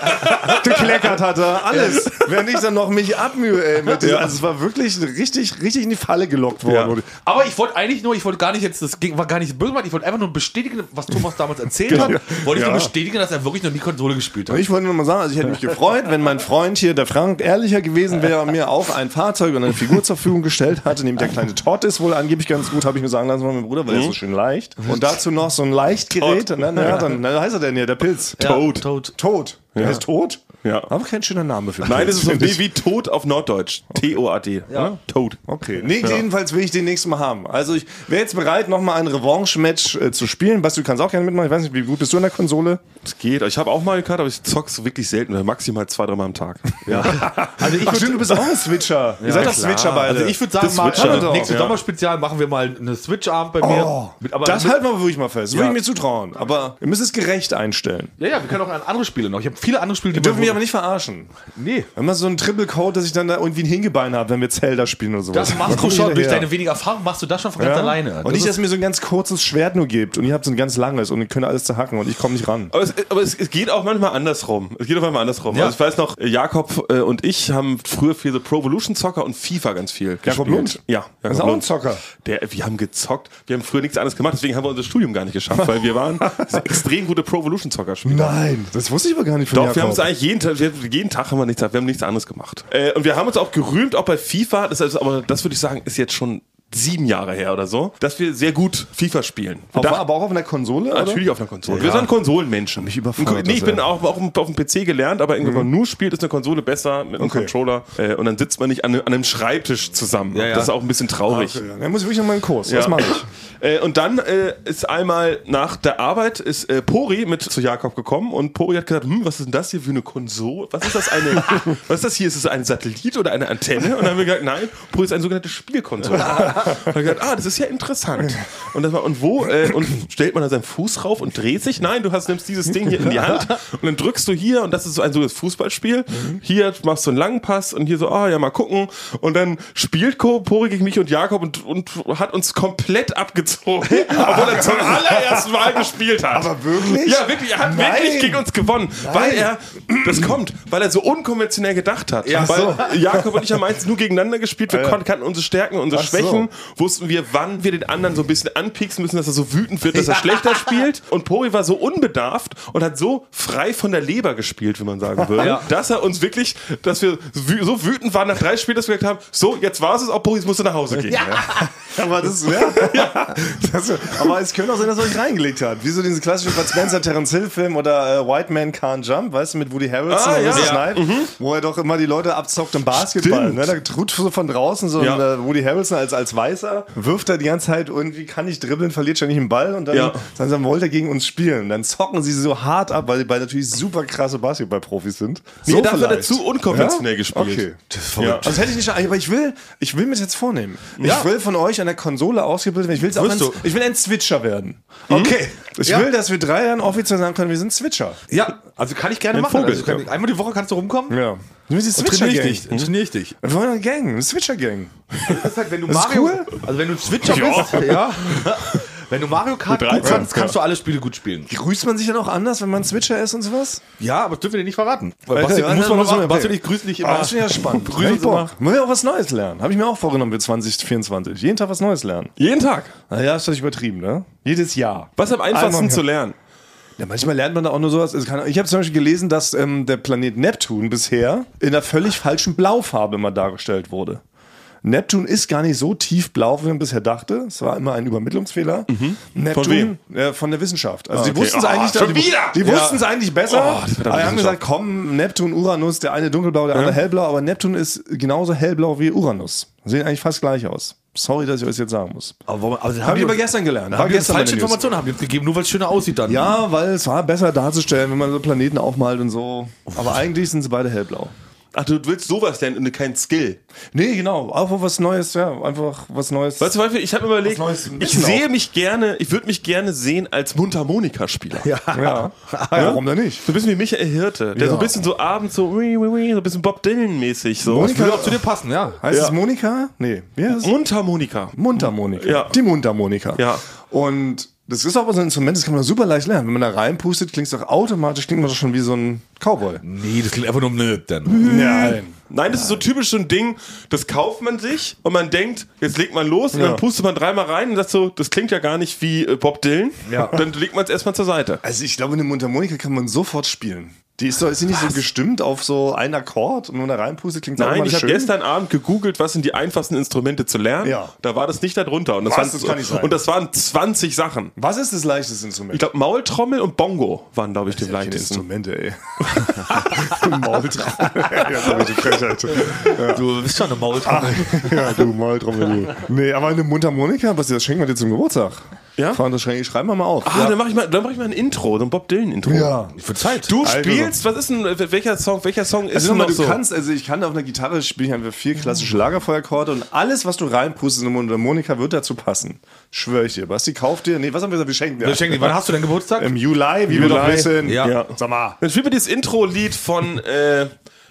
S5: gekleckert hat er, alles. Während ich dann noch mich abmühe, ey, mit diesem, also es war wirklich richtig, richtig in die Falle gelockt worden.
S3: Aber ich wollte eigentlich nur, ich wollte gar nicht jetzt, das ging, war gar nicht böse, gemeint, ich wollte einfach nur bestätigen, was Thomas damals erzählt hat. Wollte ich nur bestätigen, dass er wirklich noch nie Konsole gespielt
S5: Und
S3: hat.
S5: Ich wollte nur mal sagen, also ich hätte mich gefreut, wenn mein Freund hier, der Frank, ehrlicher gewesen wäre und mir auch ein Fahrzeug und eine Figur zur Verfügung gestellt hatte, nämlich der kleine Todd ist wohl angeblich ganz gut, habe ich mir sagen lassen von meinem Bruder, weil er ist
S6: Mhm.
S5: so schön leicht. Und dazu noch so ein Leichtgerät. Und dann, ja, dann, na, heißt er denn hier, der Pilz.
S6: Toad.
S3: Toad.
S5: Tot. Der heißt Tot?
S6: Ja.
S5: Aber kein schöner Name für
S6: Nein, das ist so
S5: finde ich.
S6: wie, wie Tod auf Norddeutsch. T-O-A-D. Ja. Tod.
S5: Okay. Nee, jedenfalls will ich den nächsten Mal haben. Also ich wäre jetzt bereit, nochmal ein Revanche-Match äh, zu spielen. Basti, du kannst auch gerne mitmachen. Ich weiß nicht, wie gut bist du in der Konsole?
S6: Das geht. Ich habe auch Mario Kart, aber ich zock's wirklich selten. Maximal zwei, dreimal am Tag.
S3: Also ich
S5: Ach stimmt, du bist auch ein Switcher. Ihr seid doch Switcher beide.
S3: Also ich würde sagen,
S6: Das
S3: mal,
S6: Switch, ja.
S3: nächstes
S6: Ja.
S3: Sommerspezial machen wir mal eine Switch-Abend bei mir. Mit- aber
S5: Oh, das
S3: mit,
S5: halten wir wirklich mal fest. Das würde ich mir zutrauen. Aber ihr müsst es gerecht einstellen.
S3: ja, ja, wir können auch an andere Spiele noch. Ich habe viele andere Spiele, die
S5: Wir dürfen
S3: man-
S5: mich aber nicht verarschen.
S3: Nee.
S5: Immer so ein Triple Code, dass ich dann da irgendwie ein Hingebein habe, wenn wir Zelda spielen oder sowas.
S3: Das machst du schon durch deine wenige Erfahrung, machst du das schon von ganz
S5: ja?
S3: alleine.
S5: Und
S3: Das
S5: nicht,
S3: ist-
S5: dass ihr mir so ein ganz kurzes Schwert nur gebt und ihr habt so ein ganz langes und ihr könnt alles zerhacken und ich komme nicht ran.
S6: Aber, es, aber es, es geht auch manchmal andersrum. Es geht auch manchmal andersrum.
S3: Ja.
S6: Also ich weiß noch, Jakob äh, und ich haben früher viel so Pro Evolution Soccer und FIFA ganz viel
S5: Jakob
S6: gespielt.
S5: Lund?
S6: Ja, Jakob
S5: Das ist auch ein
S6: Lund.
S5: Zocker.
S6: Der, wir haben gezockt. Wir haben früher nichts anderes gemacht. Deswegen haben wir unser Studium gar nicht geschafft, weil wir waren extrem gute Pro Evolution Soccer Spieler.
S5: Nein, das wusste ich aber gar nicht von
S6: Doch,
S5: Jakob.
S6: wir haben uns eigentlich jeden Tag, wir, jeden Tag haben wir nichts, wir haben nichts anderes gemacht. Äh, und wir haben uns auch gerühmt, auch bei FIFA, das ist, aber das würde ich sagen, ist jetzt schon sieben Jahre her oder so, dass wir sehr gut FIFA spielen. Wir
S5: Auf,
S6: dachten-
S5: aber auch auf einer Konsole? oder?
S6: Natürlich auf einer Konsole. Wir sind Konsolenmenschen. Mich
S5: überfordert
S6: nee, ich
S5: das,
S6: bin auch, auch auf dem PC gelernt, aber wenn man nur spielt, ist eine Konsole besser mit einem
S5: Okay.
S6: Controller. Äh, und dann sitzt man nicht an, an einem Schreibtisch zusammen.
S3: ja.
S6: Das ist auch ein bisschen traurig.
S5: Ja, Dann muss ich wirklich noch mal einen Kurs. Das
S6: Ja.
S5: mache ich.
S6: Äh, und dann äh, ist einmal nach der Arbeit ist äh, Pori mit zu Jakob gekommen und Pori hat gesagt, hm, was ist denn das hier für eine Konsole? Was ist das eine? was ist das hier? Ist es ein Satellit oder eine Antenne? Und dann haben wir gesagt, nein, Pori ist eine sogenannte Spielkonsole. und dann gesagt, ah, das ist ja interessant. Und das war und wo äh, und stellt man da seinen Fuß rauf und dreht sich? Nein, du hast nimmst dieses Ding hier in die Hand und dann drückst du hier und das ist so ein sogenanntes Fußballspiel. Hier machst du einen langen Pass und hier so, ah ja, mal gucken. Und dann spielt Ko- Pori gegen mich und Jakob und, und hat uns komplett abgezogen, obwohl er zum allerersten Mal gespielt hat.
S5: Aber wirklich?
S6: Ja, wirklich, er hat
S5: Nein.
S6: wirklich gegen uns gewonnen, weil er, das kommt, weil er so unkonventionell gedacht hat.
S5: Ja,
S6: weil
S5: so. Ah,
S6: Jakob und ich haben meistens nur gegeneinander gespielt, wir konnten, kannten unsere Stärken, und unsere
S5: Ach so.
S6: Schwächen, wussten wir, wann wir den anderen so ein bisschen anpieksen müssen, dass er so wütend wird, dass er schlechter spielt. Und Pori war so unbedarft und hat so frei von der Leber gespielt, wie man sagen würde, dass er uns wirklich, dass wir wü- so wütend waren nach drei Spielen, dass wir gesagt haben, so, jetzt war es es, auch Pori, jetzt musst du nach Hause gehen. ne? Hm?
S5: Aber das, ja. das Aber es könnte auch sein, dass er euch reingelegt hat. Wie so diesen klassischen Bud Spencer Terence Hill Film oder äh, White Man Can't Jump, weißt du, mit Woody Harrelson
S6: Ah,
S5: und
S6: ja.
S5: Mrs.
S6: Ja.
S5: Knight, wo er doch immer die Leute abzockt im Basketball.
S6: Stimmt.
S5: Ne? Da tut so von draußen so
S6: Ja.
S5: ein, äh, Woody Harrelson als, als Weißer, wirft er die ganze Zeit irgendwie, kann nicht dribbeln, verliert ständig den Ball und dann,
S6: Ja.
S5: dann, dann wollte er gegen uns spielen. Dann zocken sie so hart ab, weil die beiden natürlich super krasse Basketballprofis sind.
S6: Nee,
S5: so
S6: dafür
S5: vielleicht.
S6: hat er zu unkonventionell gespielt.
S5: Okay. Das ist
S6: Ja. Also
S5: verrückt. Das hätte ich nicht, aber ich will, ich will mir das jetzt vornehmen. Ich will von euch an der Konsole ausgebildet werden. Ich, will's auch
S6: Wirst
S5: ein,
S6: du. Hm?
S5: ich will ein Switcher werden. Okay. Ich will, dass wir drei dann offiziell sagen können, wir sind Switcher.
S3: Ja, also kann ich gerne
S6: Ein
S3: machen.
S6: Vogel,
S3: also kann
S6: ja.
S3: ich, einmal die Woche kannst du rumkommen.
S5: Ja. Wir sind die Switcher
S3: Trainier
S5: Gang.
S3: ich dich. Trainier ich dich.
S5: Wir wollen eine Gang, eine Switcher Gang.
S3: Das ist halt, wenn du
S5: Das ist
S3: Mario,
S5: cool.
S3: also wenn du ein Switcher
S6: Ja.
S3: bist, ja. Wenn du Mario Kart
S6: Mit
S3: gut
S6: 13,
S3: kannst,
S6: ja.
S3: kannst du alle Spiele gut spielen.
S5: Grüßt man sich dann auch anders, wenn man Switcher ist und sowas?
S3: Ja, aber das dürfen wir dir nicht verraten. Weil
S5: Alter,
S3: Basti,
S5: ja,
S3: muss
S5: dann
S3: man
S5: muss man-
S3: noch, Basti und
S5: okay.
S3: ich grüßen dich
S5: Ah,
S3: immer.
S5: das ist ja spannend.
S3: Grüß uns
S5: Boah,
S3: immer.
S5: Wollen wir auch was Neues lernen? Habe ich mir auch vorgenommen für 2024. Jeden Tag was Neues lernen.
S6: Jeden Tag.
S5: Naja, ist das übertrieben, ne? Jedes Jahr.
S6: Was am einfachsten
S5: Einmal-
S6: zu lernen?
S5: Ja, manchmal lernt man da auch nur sowas. Also keine- Ich habe zum Beispiel gelesen, dass ähm, der Planet Neptun bisher in einer völlig falschen Blaufarbe immer dargestellt wurde. Neptun ist gar nicht so tiefblau, wie man bisher dachte. Es war immer ein Übermittlungsfehler. Neptun
S6: Mhm. wem?
S5: äh, von der Wissenschaft. Also
S6: Ah,
S5: die
S6: okay.
S5: wussten es
S6: Ah,
S5: eigentlich,
S6: schon
S5: die,
S6: wieder!
S5: die
S6: Ja.
S5: wussten es eigentlich besser.
S6: Oh, die verdammte
S5: aber die haben
S6: Wissenschaft.
S5: gesagt, komm, Neptun, Uranus, der eine dunkelblau, der andere hellblau, aber Neptun ist genauso hellblau wie Uranus. Sehen eigentlich fast gleich aus. Sorry, dass ich euch das jetzt sagen muss.
S3: Aber warum, also
S5: Hab ich aber gestern gelernt. War
S3: Haben wir uns
S5: gestern
S3: falsche
S5: in den News.
S3: Informationen haben die uns gegeben, nur weil es schöner aussieht dann.
S5: Ja, weil es war besser darzustellen, wenn man so Planeten aufmalt und so. Aber eigentlich sind sie beide hellblau.
S6: Ach, du willst sowas lernen und kein Skill.
S5: Nee, genau. Einfach was Neues, ja. Einfach was Neues.
S6: Weißt du, Beispiel, ich habe überlegt,
S5: Neues
S6: ich
S5: Wissen
S6: sehe
S5: auch.
S6: mich gerne, ich würde mich gerne sehen als Mundharmonikaspieler. Ja.
S5: Ja. Warum denn nicht?
S6: So ein bisschen wie Michael Hirte, der so ein bisschen so abends so, ui, ui, ui, so ein bisschen Bob Dylan-mäßig so.
S5: Monika-
S3: Würde auch zu dir passen, ja.
S5: Heißt
S6: Ja.
S5: es Monika? Nee. Wie heißt es?
S6: Mundharmonika.
S5: Mundharmonika.
S6: Ja.
S5: Die Mundharmonika.
S6: Ja.
S5: Und das ist aber so ein Instrument, das kann man super leicht lernen. Wenn man da reinpustet, klingt es doch automatisch, klingt man doch schon wie so ein Cowboy.
S3: Nee, das klingt einfach nur blöd dann.
S5: Nein.
S6: Nein, das ist so typisch so ein Ding, das kauft man sich und man denkt, jetzt legt man los und dann pustet man dreimal rein und sagt so, das klingt ja gar nicht wie äh, Bob Dylan. Ja. Dann legt man es erstmal zur Seite.
S5: Also ich glaube, eine Mundharmonika kann man sofort spielen. Die ist, doch, ist die nicht so gestimmt auf so einen Akkord und wenn man da reinpustet, klingt es
S6: Nein, ich habe
S5: schön.
S6: gestern Abend gegoogelt, was sind die einfachsten Instrumente zu lernen.
S5: Ja.
S6: Da war das nicht darunter. Und das,
S5: Was?
S6: waren,
S5: Das kann nicht sein.
S6: Und das waren 20 Sachen.
S5: Was ist das leichteste Instrument?
S6: Ich glaube, Maultrommel und Bongo waren, glaube ich, die
S5: Keine
S6: leichtesten.
S5: Instrumente, ey. Maultrommel. ja, du Frechheit.
S3: Du bist schon eine Maultrommel.
S5: ja, du Maultrommel, du. Nee, aber eine Mundharmonika, was das schenken wir dir zum Geburtstag.
S6: Ja?
S5: Fahren das schrei- schreiben wir mal auf.
S6: Ah, dann mache ich, mal- dann mach ich mal ein Intro, so ein Bob Dylan-Intro.
S5: Ja.
S3: Für Zeit.
S6: Du
S5: Also.
S6: spielst, was ist denn, welcher Song, welcher Song ist
S5: Also
S6: denn
S5: nochmal,
S6: noch
S5: du
S6: so?
S5: kannst, also ich kann auf einer Gitarre spielen einfach vier klassische Lagerfeuerakkorde und alles, was du reinpustest in eine Mundharmonika, wird dazu passen. Schwöre ich dir. Basti, kauf dir. Nee, was haben wir gesagt? Wir schenken dir.
S3: Wir schenken dir- Wann hast du denn Geburtstag?
S5: Im Juli, wie
S3: Juli.
S5: wir doch wissen.
S3: Ja.
S5: Sag mal.
S6: Ah. Dann spielen wir dieses Intro-Lied von, äh,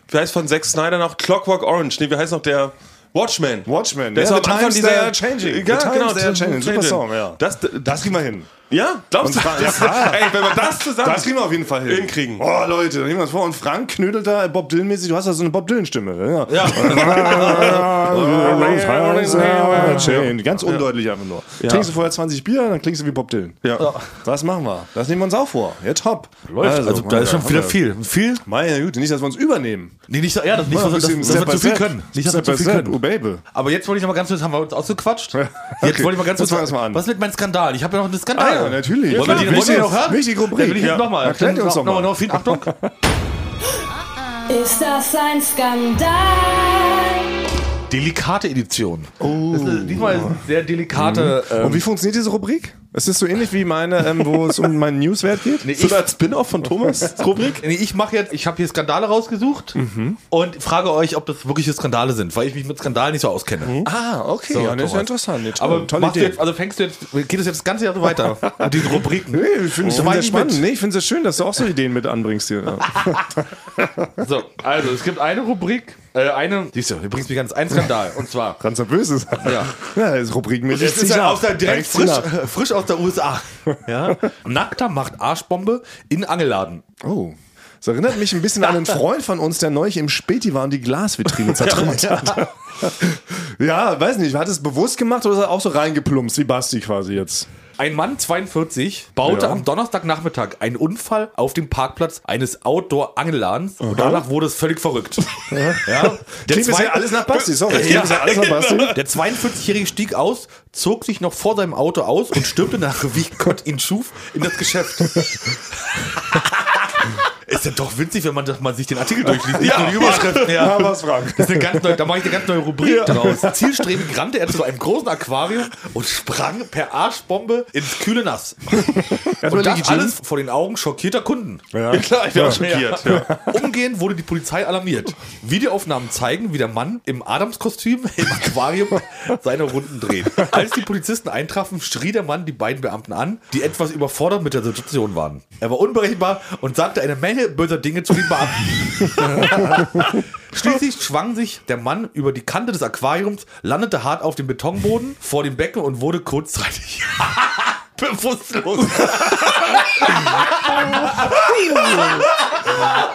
S6: wie heißt von Zack Snyder noch? Clockwork Orange. Nee, wie heißt noch der? Watchmen.
S5: Watchmen.
S6: Der ist
S5: Ja,
S6: am
S5: the
S6: Anfang
S5: times
S6: dieser...
S5: they are changing.
S6: Ja,
S5: The times
S6: genau.
S5: they are changing. Super Song, ja.
S6: Das,
S5: Das kriegen wir hin.
S6: ja, glaubst
S5: Und
S6: du?
S5: Fra- ja, klar.
S6: Ey, wenn wir das zusammen...
S5: Das kriegen wir auf jeden Fall hin.
S6: Hinkriegen.
S5: Oh, Leute, da nehmen wir uns vor. Und Frank knödelt da Bob Dylan-mäßig. Du hast ja so eine Bob Dylan-Stimme. Ja. Ganz undeutlich einfach nur. Trinkst du vorher 20 Bier, dann klingst du wie Bob Dylan.
S6: Ja.
S5: Das machen wir. Das nehmen wir uns auch vor. Jetzt hopp. Läuft.
S3: Also, da ist schon wieder viel. Viel?
S5: Meine Güte, nicht, dass wir uns übernehmen.
S3: Nee, nicht so, ja, das, nicht, so, dass, dass wir zu viel können. Nicht, dass wir zu viel
S5: Oh,
S3: können.
S5: Baby.
S3: Aber jetzt wollte ich noch mal ganz kurz, haben wir uns ausgequatscht? Jetzt
S5: Okay,
S3: wollte ich mal ganz kurz,
S5: jetzt fangen wir's mal an.
S3: was mit meinem Skandal? Ich habe ja noch einen Skandal.
S5: Ah, ja, natürlich.
S3: Wollen wir
S5: Ja,
S3: den, wollen wir den
S5: wichtig-
S3: noch hören?
S5: wichtige Rubrik.
S3: Dann will ich
S5: Ja.
S3: ja. nochmal.
S5: Erklärt uns doch mal.
S3: Nochmal, noch viel Achtung.
S7: Ist das ein Skandal?
S3: Delikate Edition. Oh. Das ist, eine- diesmal ist eine sehr delikate. ähm,
S5: Und wie funktioniert diese Rubrik? Es ist so ähnlich wie meine, ähm, wo es um meinen Newswert geht.
S3: Nee,
S6: Ist das
S3: ich,
S6: ein Spin-Off von Thomas? Rubrik?
S3: äh, nee, ich mache jetzt, ich habe hier Skandale rausgesucht
S5: Mhm.
S3: und frage euch, ob das wirkliche Skandale sind, weil ich mich mit Skandalen nicht so auskenne.
S5: Ah, okay.
S3: So,
S5: ja, das ist ja
S3: Thomas.
S5: interessant. Nee, toll.
S3: Aber
S5: tolle
S3: machst du
S5: Idee.
S3: jetzt, also fängst du jetzt, geht es jetzt das ganze Jahr so weiter mit diesen Rubriken.
S5: Nee, Oh. ich finde es
S3: So weit
S5: sehr
S3: ich
S5: spannend.
S3: mit.
S5: Nee, ich finde es schön, dass du auch so Ideen mit anbringst hier. Ja.
S3: So, also es gibt eine Rubrik, äh, eine, siehst du, du bringst mich ganz ein Skandal und zwar
S5: Ganz nervös ist.
S3: Ja.
S5: ja ist rubrikenmäßig.
S3: Es ist
S5: zieh
S3: ja
S5: ab.
S3: aus der, direkt
S5: Zieh
S3: frisch,
S5: ab.
S3: frisch aus der USA. Ja? Nackter macht Arschbombe in Angelladen.
S5: Oh. Das erinnert mich ein bisschen an einen Freund von uns, der neulich im Späti war und die Glasvitrine zertrümmert hat. ja, weiß nicht. Hat es bewusst gemacht oder ist er auch so reingeplumpst, wie Basti quasi jetzt?
S3: Ein Mann, 42, baute
S5: Ja.
S3: am Donnerstagnachmittag einen Unfall auf dem Parkplatz eines Outdoor-Angeladens und danach wurde es völlig verrückt. ja? Der,
S5: Klingt bisher
S3: zwei,
S5: alles nach Basti, sorry. Klingt
S3: Ja,
S5: bisher alles nach Basti.
S3: der 42-Jährige stieg aus, zog sich noch vor seinem Auto aus und stürmte nach, wie Gott ihn schuf, in das Geschäft. Ist ja doch witzig, wenn man das mal sich den Artikel durchliest. Nicht nur die Überschriften. Ja.
S5: Da war's, Frank.
S3: Das ist eine ganz neue, da mache ich eine ganz neue Rubrik draus. Zielstrebig rannte er zu einem großen Aquarium und sprang per Arschbombe ins kühle Nass. und das alles vor den Augen schockierter Kunden.
S6: Ja, klar, ich bin auch schockiert. Ja.
S3: Umgehend wurde die Polizei alarmiert. Videoaufnahmen zeigen, wie der Mann im Adamskostüm im Aquarium seine Runden dreht. Als die Polizisten eintrafen, schrie der Mann die beiden Beamten an, die etwas überfordert mit der Situation waren. Er war unberechenbar und sagte eine Menge böser Dinge zu den Beamten. Schließlich schwang sich der Mann über die Kante des Aquariums, landete hart auf dem Betonboden vor dem Becken und wurde kurzzeitig bewusstlos.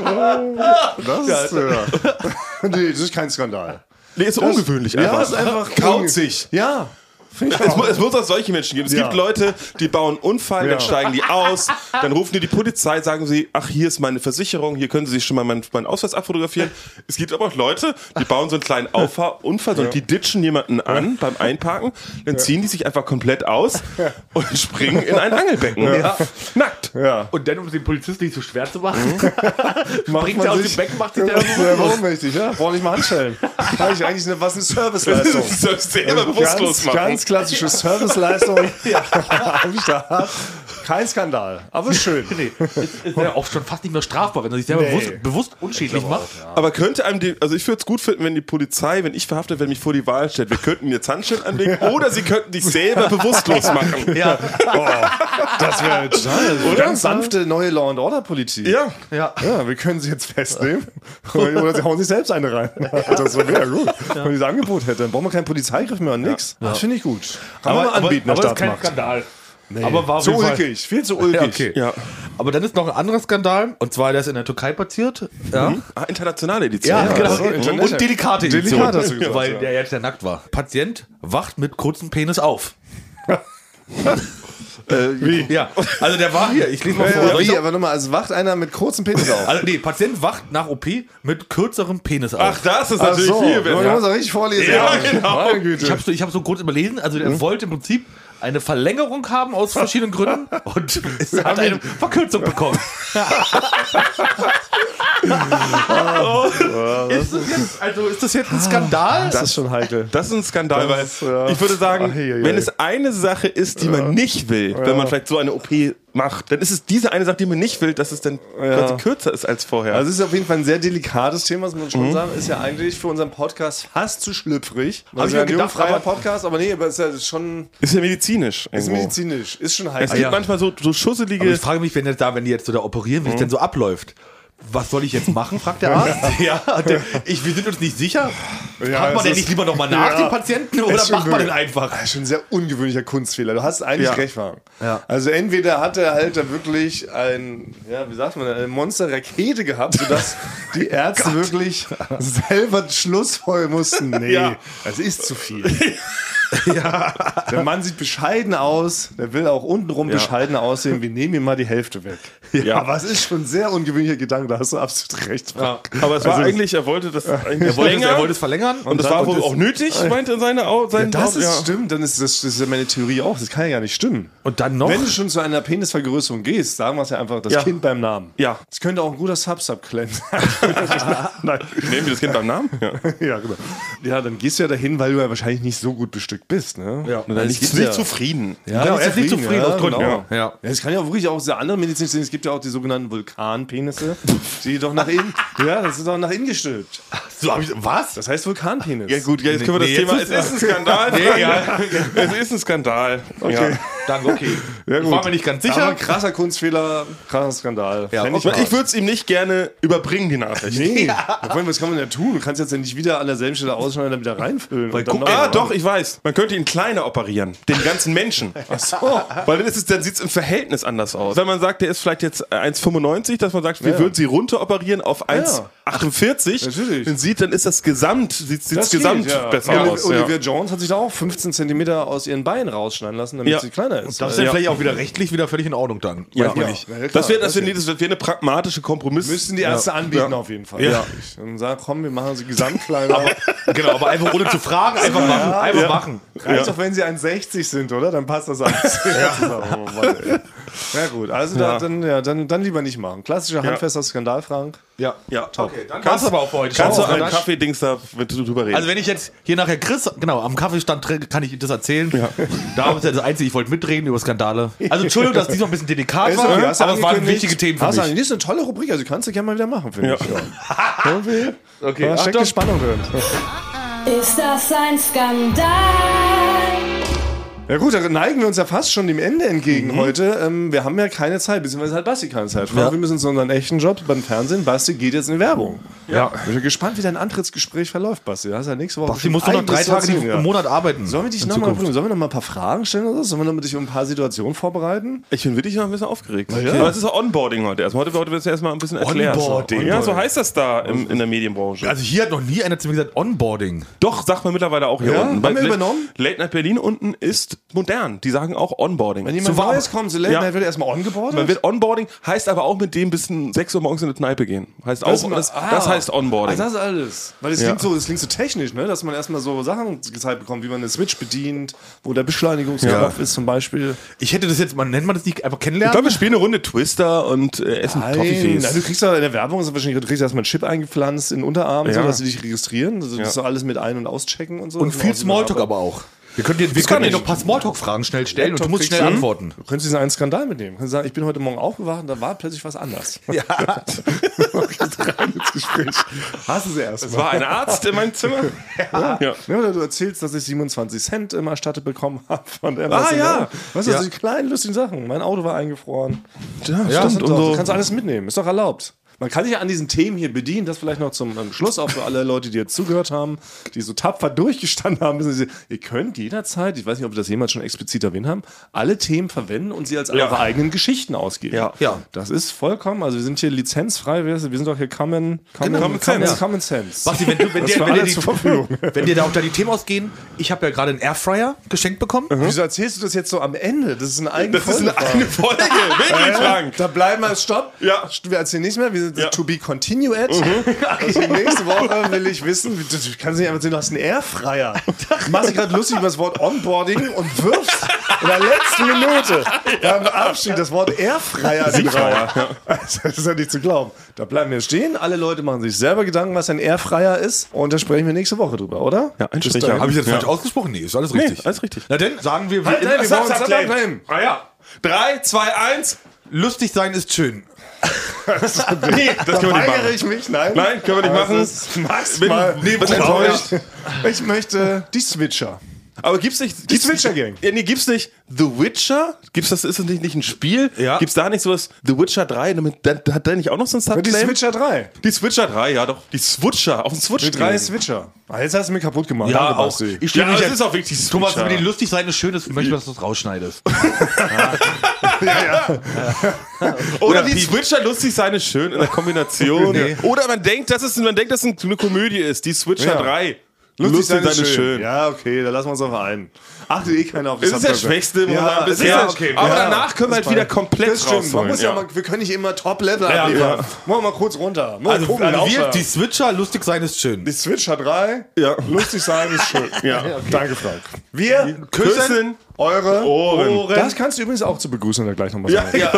S5: Das ist, ja. nee, das ist kein Skandal.
S6: Nee, ist ungewöhnlich
S5: Ja, das ist einfach kauzig. Ja.
S6: Es, mu- es muss auch solche Menschen geben. Es
S5: Genau. Ja.
S6: gibt Leute, die bauen einen Unfall,
S5: Ja.
S6: dann steigen die aus, dann rufen die die Polizei, sagen sie, ach, hier ist meine Versicherung, hier können sie sich schon mal meinen, meinen Ausweis abfotografieren. Es gibt aber auch Leute, die bauen so einen kleinen Auffahr Unfall und die ditchen jemanden an beim Einparken, dann ziehen die sich einfach komplett aus und springen in ein Angelbecken. Nackt.
S5: Ja.
S3: Und dann, um es den Polizisten nicht so schwer zu machen, springt
S5: Mhm. man
S3: er aus
S5: sich-
S3: dem Becken, macht sich der
S5: Das ist ja ohnmächtig, ja. Brauche nicht mal anstellen. Habe ich eigentlich eine, was eine
S6: Das
S5: Serviceleistung?
S6: sollst du immer bewusstlos
S5: Also, ganz,
S6: machen.
S5: ganz klassische Serviceleistung am Start. Kein Skandal, aber schön.
S3: ist ja auch schon fast nicht mehr strafbar, wenn er sich selber bewusst, bewusst unschädlich macht.
S6: Aber könnte einem die, also ich würde es gut finden, wenn die Polizei, wenn ich verhaftet werde, mich vor die Wahl stellt. Wir könnten jetzt Handschellen anlegen oder sie könnten dich selber bewusstlos machen.
S3: Ja,
S5: Das wäre jetzt Oder? Ganz sanfte neue Law and Order Politik.
S6: Ja.
S3: ja.
S5: Ja, wir können sie jetzt festnehmen. Oder sie hauen sich selbst eine rein. Das wäre gut. Wenn dieses Angebot hätte, dann brauchen wir keinen Polizeigriff mehr und nix. Das finde ich gut. Kann man mal anbieten,
S3: aber,
S5: der
S3: aber ist kein
S5: Staatsmarkt.
S3: Skandal. Aber war auf
S5: Zu
S3: jeden Fall-
S5: ulkig, viel zu ulkig.
S3: Ja, okay.
S6: Ja.
S3: Aber dann ist noch ein anderer Skandal, und zwar der ist in der Türkei passiert. Ja,
S6: Ah, internationale Edition.
S5: so, international.
S3: Genau. und delikate Edition,
S5: Delikat hast du gesagt,
S3: weil
S5: ja.
S3: der jetzt ja nackt war. Patient wacht mit kurzem Penis auf.
S5: Wie?
S3: Ja, also der war hier. Ich lese mal vor.
S5: Ja, wie? Aber nochmal, also wacht einer mit kurzem Penis auf.
S3: Also nee, Patient wacht nach OP mit kürzerem Penis auf.
S6: Ach, das ist
S5: Ach
S6: natürlich
S5: so, genau.
S6: viel
S5: man muss
S6: besser.
S5: auch richtig vorlesen.
S6: Ja, genau.
S5: Meine
S3: Ich
S5: Güte.
S3: habe so, ich hab so kurz überlesen, also
S5: Mhm.
S3: er wollte im Prinzip eine Verlängerung haben aus verschiedenen Gründen und es hat eine Verkürzung bekommen.
S5: Oh,
S3: ist, das jetzt, also ist das jetzt
S5: Ah.
S3: ein Skandal?
S5: Das ist schon heikel.
S6: Das ist ein Skandal,
S5: Das
S6: weil
S5: ist, ja.
S6: ich würde sagen,
S5: Ai, ai, ai.
S6: wenn es eine Sache ist, die man nicht will, wenn man vielleicht so eine OP macht, dann ist es diese eine Sache, die man nicht will, dass es dann quasi kürzer ist als vorher.
S5: Also es ist auf jeden Fall ein sehr delikates Thema, das muss man
S6: Mhm.
S5: schon sagen. Ist ja eigentlich für unseren Podcast fast zu schlüpfrig.
S3: Hab
S5: Also
S3: ich
S5: ja
S3: mir
S5: ein
S3: gedacht,
S5: jugendfreier
S3: aber-
S5: Podcast, aber nee, aber es ist ja schon
S6: ist ja medizinisch.
S5: ist
S6: irgendwo.
S5: medizinisch, Ah, ist schon
S6: Also Es
S5: heikel.
S6: gibt
S3: ja.
S6: manchmal so, so
S3: Aber ich
S6: schusselige.
S3: frage mich, wenn jetzt da, wenn die jetzt so da operieren, wie es denn so abläuft. Was soll ich jetzt machen, fragt der Arzt. ja, der, ich, wir sind uns nicht sicher. Fragt
S5: Ja, es
S3: man denn
S5: ist-
S3: nicht lieber nochmal nach
S5: Ja.
S3: den Patienten oder
S5: Ist schon
S3: macht man den
S5: wirklich-
S3: einfach?
S5: Ah, schon ein sehr ungewöhnlicher Kunstfehler. Du hast eigentlich
S6: Ja.
S5: recht, Frank.
S3: Ja.
S5: Also entweder hat er halt da wirklich ein, ja, wie sagt man, eine Monsterrakete gehabt, sodass die Ärzte wirklich selber Schluss folgen mussten. Nee,
S6: Ja.
S5: das ist zu viel. Der Mann sieht bescheiden aus, der will auch untenrum bescheiden aussehen. Wir nehmen ihm mal die Hälfte weg.
S6: Ja.
S5: Aber es ist schon ein sehr ungewöhnlicher Gedanke, da hast du absolut recht. Frank.
S6: Aber es war
S5: Also-
S6: eigentlich, er wollte das eigentlich
S3: Er wollte, es- er wollte es verlängern.
S6: Und das
S5: dann-
S6: war
S5: und
S6: wohl
S5: das-
S6: auch nötig, meinte seine, Au- sein
S5: Das
S6: Au-
S5: ist
S6: ja.
S5: stimmt, dann ist das, das ist ja meine Theorie auch. Das kann ja gar nicht stimmen.
S3: Und dann noch?
S5: Wenn du schon zu einer Penisvergrößerung gehst, sagen wir es ja einfach das
S6: Ja.
S5: Kind beim Namen.
S6: Ja.
S5: Das könnte auch ein guter Sub-Sub-Clan sein. Nein.
S6: Nehmen wir das Kind beim Namen? Ja.
S5: Ja, genau. Ja, dann gehst du ja dahin, weil du ja wahrscheinlich nicht so gut bestückt bist. Ne?
S3: Ja.
S5: Und dann
S6: Nicht,
S5: liegst
S6: nicht
S5: du ja.
S6: zufrieden.
S3: Ja,
S5: Genau,
S3: er ist nicht zufrieden
S5: ja,
S3: aus Gründen.
S5: Genau.
S3: Ja.
S5: Ja. Es kann ja auch wirklich auch sehr andere medizinisch sein. Es gibt ja auch die sogenannten Vulkanpenisse, die doch nach innen. Ja, das ist doch nach innen gestülpt.
S3: So hab ich, was?
S5: Das heißt Vulkanpenis.
S6: Ja gut, jetzt können wir das
S3: Nee,
S6: Thema. Es
S3: jetzt
S6: ist ein Skandal. Frank. Es ist ein Skandal. Ja.
S3: Danke, okay. Ich war mir nicht ganz
S5: Aber
S3: sicher.
S5: krasser Kunstfehler, krasser Skandal.
S3: Ja,
S5: Fänd
S6: Ich, ich würde es ihm nicht gerne überbringen, die Nachricht.
S5: Nee, ja. Vor allem, was kann man denn tun? Du kannst jetzt ja nicht wieder an derselben Stelle ausschneiden und dann wieder reinfüllen. Weil
S6: Guck, ah, doch, ich weiß. Man könnte ihn kleiner operieren. Den ganzen Menschen. Ach so. Weil dann, ist es- dann sieht es im Verhältnis anders aus. Wenn man sagt, der ist vielleicht jetzt 1,95, dass man sagt, wir würden sie runter operieren auf 1,48,
S5: Natürlich.
S6: dann sieht, dann ist das Gesamt, sieht das
S5: Das
S6: Gesamt
S5: geht, ja.
S6: besser
S5: Oli-
S6: aus.
S5: Olivia
S6: Ja.
S5: Jones hat sich da auch 15 Zentimeter aus ihren Beinen rausschneiden lassen, damit
S6: Ja.
S5: sie kleiner ist. Also,
S3: Das ist ja,
S6: Ja.
S3: vielleicht auch wieder rechtlich wieder völlig in Ordnung dann.
S6: Ja.
S3: Weiß man
S6: Ja.
S3: nicht.
S5: Ja, klar,
S6: Das wäre das wär,
S5: deswegen.
S6: nee, das wär eine pragmatische Kompromiss.
S5: Müssen die Ärzte anbieten auf jeden Fall.
S6: Ja.
S5: Ich- Und sagen, komm, wir machen sie gesamt kleiner.
S3: Genau, aber einfach ohne zu fragen, einfach machen. Einfach machen.
S5: Reicht doch, wenn sie 1,60 sind, oder? Dann passt das alles. Ja. oh Ja, gut. Also
S6: Ja.
S5: Da, dann, ja, dann, dann lieber nicht machen. Klassischer handfester Skandal, Frank.
S3: Ja.
S6: Ja, top.
S3: Okay, dann war's aber auch für heute.
S6: Kannst du
S3: Schau,
S6: auch einen
S3: Radasch.
S6: Kaffeedings da mit drüber
S5: Genau.
S6: reden?
S3: Also wenn ich jetzt hier nachher Chris, genau, am Kaffeestand trinke, kann ich das erzählen. Da ist ja das Einzige, ich wollte mitreden über Skandale. Also Entschuldigung, dass diesmal ein bisschen delikat
S5: Ist
S3: war,
S5: okay,
S3: aber
S5: hast du
S3: es waren
S5: angekündigt.
S3: wichtige Themen für
S5: Hast du
S3: mich.
S5: angekündigt. Das ist eine tolle Rubrik, also kannst du gerne mal wieder machen, finde ich. Ja. Irgendwie.
S3: Okay,
S5: Da steckt
S3: Achtung.
S5: die Spannung drin.
S7: Ist das ein Skandal?
S5: Ja gut, da neigen wir uns ja fast schon dem Ende entgegen heute. Ähm, wir haben ja keine Zeit, beziehungsweise hat Basti keine Zeit. Frank, Wir müssen uns unseren echten Job beim Fernsehen. Basti geht jetzt in Werbung. Ja. Ich bin gespannt, wie dein Antrittsgespräch verläuft, Basti. Da hast du ja nächste Woche.
S3: Sie musst du noch drei
S5: einiges zu
S3: Tage
S5: erzählen,
S3: die-
S5: ja.
S3: im Monat arbeiten.
S5: Sollen wir dich
S3: in
S5: nochmal
S3: Zukunft.
S5: Sollen wir noch mal ein paar Fragen stellen oder so? Sollen wir noch dich um ein paar Situationen vorbereiten?
S6: Ich bin wirklich noch ein bisschen aufgeregt.
S5: ja.
S6: Aber es ist auch Onboarding heute erstmal. Heute wird es erstmal ein bisschen erklärt.
S5: Onboarding.
S6: Ja, so heißt das da im, in der Medienbranche.
S3: Also hier hat noch nie einer zu mir gesagt, Onboarding.
S6: Doch, sagt man mittlerweile auch hier
S5: Ja?
S6: unten.
S5: Haben
S6: Bei
S5: wir
S6: Late-
S5: übernommen?
S6: Late Night Berlin unten ist modern. Die sagen auch Onboarding.
S5: Wenn jemand
S6: So war-
S5: Neues kommt, so late
S6: Ja.
S5: night wird er erstmal ongeboardet?
S6: Man wird Onboarding, heißt aber auch mit dem bis um 6 Uhr morgens in die Kneipe gehen. Heißt auch,
S5: ma-
S6: das,
S5: ah.
S6: das heißt Onboarding.
S5: Also das ist alles. Weil das, klingt so, das klingt so technisch, ne? dass man erstmal so Sachen gezeigt bekommt, wie man eine Switch bedient, wo der Beschleunigungsknopf ist zum Beispiel.
S3: Ich hätte das jetzt, man nennt man das nicht einfach
S6: ich
S3: kennenlernen?
S6: glaube, wir spielen eine Runde Twister und äh, essen
S5: Nein,
S6: Toffifees.
S5: du kriegst ja in der Werbung ist wahrscheinlich, du kriegst erstmal einen Chip eingepflanzt in den Unterarm, so
S6: Ja.
S5: dass sie dich registrieren. Also, Das ist so alles mit ein- und auschecken und so.
S3: und viel Smalltalk aber auch. Wir können dir, wir können dir
S6: ich.
S3: noch ein paar Smalltalk-Fragen schnell stellen und du musst schnell antworten.
S5: Du könntest diesen einen Skandal mitnehmen. Du kannst sagen, ich bin heute Morgen aufgewacht und da war plötzlich was anders.
S3: Ja.
S5: Rein ins Gespräch. Hast du sie erst
S6: War ein Arzt in meinem Zimmer? ja. ja.
S5: Ja, oder du erzählst, dass ich 27 Cent immer erstattet bekommen habe von Amazon.
S6: Ah, ja.
S5: Weißt du, so die kleinen lustigen Sachen. Mein Auto war eingefroren.
S6: stimmt.
S5: Das sind
S6: Und
S5: doch,
S6: so-
S5: du kannst alles mitnehmen, ist doch erlaubt. Man kann sich ja an diesen Themen hier bedienen, das vielleicht noch zum ähm, Schluss, auch für alle Leute, die jetzt zugehört haben, die so tapfer durchgestanden haben. Wissen Sie, ihr könnt jederzeit, ich weiß nicht, ob wir das jemals schon explizit erwähnt haben, alle Themen verwenden und sie als eure eigenen Geschichten ausgeben.
S6: Ja.
S3: Ja.
S5: Das ist vollkommen, also wir sind hier lizenzfrei, wir wir sind doch hier Common, common,
S6: Common
S5: Genau. common,
S6: Sense.
S5: common Sense.
S3: Basti, wenn, du, wenn,
S5: Das
S3: dir,
S5: war
S3: wenn, dir
S5: alles zur Verfügung.
S3: die, wenn dir da auch da die Themen ausgehen, ich habe ja gerade einen Airfryer geschenkt bekommen.
S5: Wieso erzählst du das jetzt so am Ende? Das ist eine eigene
S6: Das ist eine eigene Folge. Wirklich, Frank.
S5: Da bleiben wir, stopp.
S6: Ja.
S5: Wir erzählen nichts mehr. Wir sind
S6: Ja.
S5: to be continued. Also nächste Woche will ich wissen, wie- du du kannst nicht einfach sehen, du hast einen Airfreier. Du machst dich gerade lustig über das Wort Onboarding und wirfst in der letzten Minute beim Abschied das Wort Airfreier drauf. Also, das ist ja nicht zu glauben. Da bleiben wir stehen. Alle Leute machen sich selber Gedanken, was ein Airfreier ist. Und da sprechen wir nächste Woche drüber, oder?
S6: Ja, ein
S5: Bis
S6: Stricher.
S5: dann.
S3: Habe ich das falsch ausgesprochen? Nee, ist alles
S6: Nee,
S3: richtig.
S6: alles richtig.
S3: Na denn, sagen wir,
S5: Halt, halt, wir
S3: Sag-
S5: brauchen
S3: sag-
S5: Sunlight
S3: sag-
S5: Claim.
S6: Ah ja. 3, 2, 1.
S3: Lustig sein ist schön.
S6: Nee, das können wir nicht
S5: Weigere
S6: machen.
S5: ich mich? Nein.
S6: Nein, können wir nicht
S5: Das
S6: machen.
S5: Also ist maximal.
S6: Bin- nee, bin
S5: enttäuscht.
S6: enttäuscht.
S5: Ich möchte die Switcher.
S6: Aber gibt's nicht. Gibt's
S5: Witcher Gang.
S6: Ja, nee, gibt's nicht The Witcher? Gibt's das, ist das nicht, nicht ein Spiel?
S3: Ja.
S6: Gibt's da nicht sowas? The Witcher 3? Damit, da, da hat der nicht auch noch so ein Subclaim?
S5: Die Switcher 3.
S6: Die Switcher 3, ja doch. Die Switcher, auf dem Switch.
S5: Die drei
S6: gewesen.
S5: Switcher. Ah, jetzt hast du mir kaputt gemacht.
S3: Ja, auch.
S5: Basti.
S3: Ich
S6: Ja,
S3: mich
S6: aber
S3: ja-
S6: es ist auch wirklich die
S3: Thomas,
S6: Switcher.
S3: mit den lustig sein ist schön, ist, möchte, dass du das rausschneidest.
S6: Oder die Switcher lustig sein ist schön in der Kombination.
S3: Nee.
S6: Oder man denkt, dass es, man denkt, dass es eine Komödie ist. Die Switcher
S5: Ja.
S6: 3.
S5: Lustig sein ist schön. Ja, okay, dann lassen wir uns auf einen. Achtet eh keiner auf
S6: Es ist der
S5: Subtitle.
S6: schwächste
S5: ja,
S6: Moment
S5: es ist
S6: bisher.
S5: ja okay.
S6: Aber
S5: ja,
S6: danach können wir
S5: das
S6: halt wieder
S5: passt.
S6: komplett
S5: Das stimmt. Man
S6: rausholen,
S5: muss ja.
S6: ja.
S5: mal, wir können nicht immer Top-Level
S6: Ja,
S5: abliefern.
S6: ja.
S5: Machen wir mal kurz runter. Mal
S3: Also,
S5: gucken,
S3: also
S5: lauf
S3: wir,
S5: da.
S3: die Switcher, lustig sein ist schön.
S5: die Switcher 3.
S6: Ja.
S5: Lustig sein ist schön.
S6: Ja.
S5: Danke, Frank. Wir
S6: Küssen.
S5: eure
S6: Ohren.
S5: Das kannst du übrigens auch zu begrüßen, gleich nochmal
S6: Ja, ja.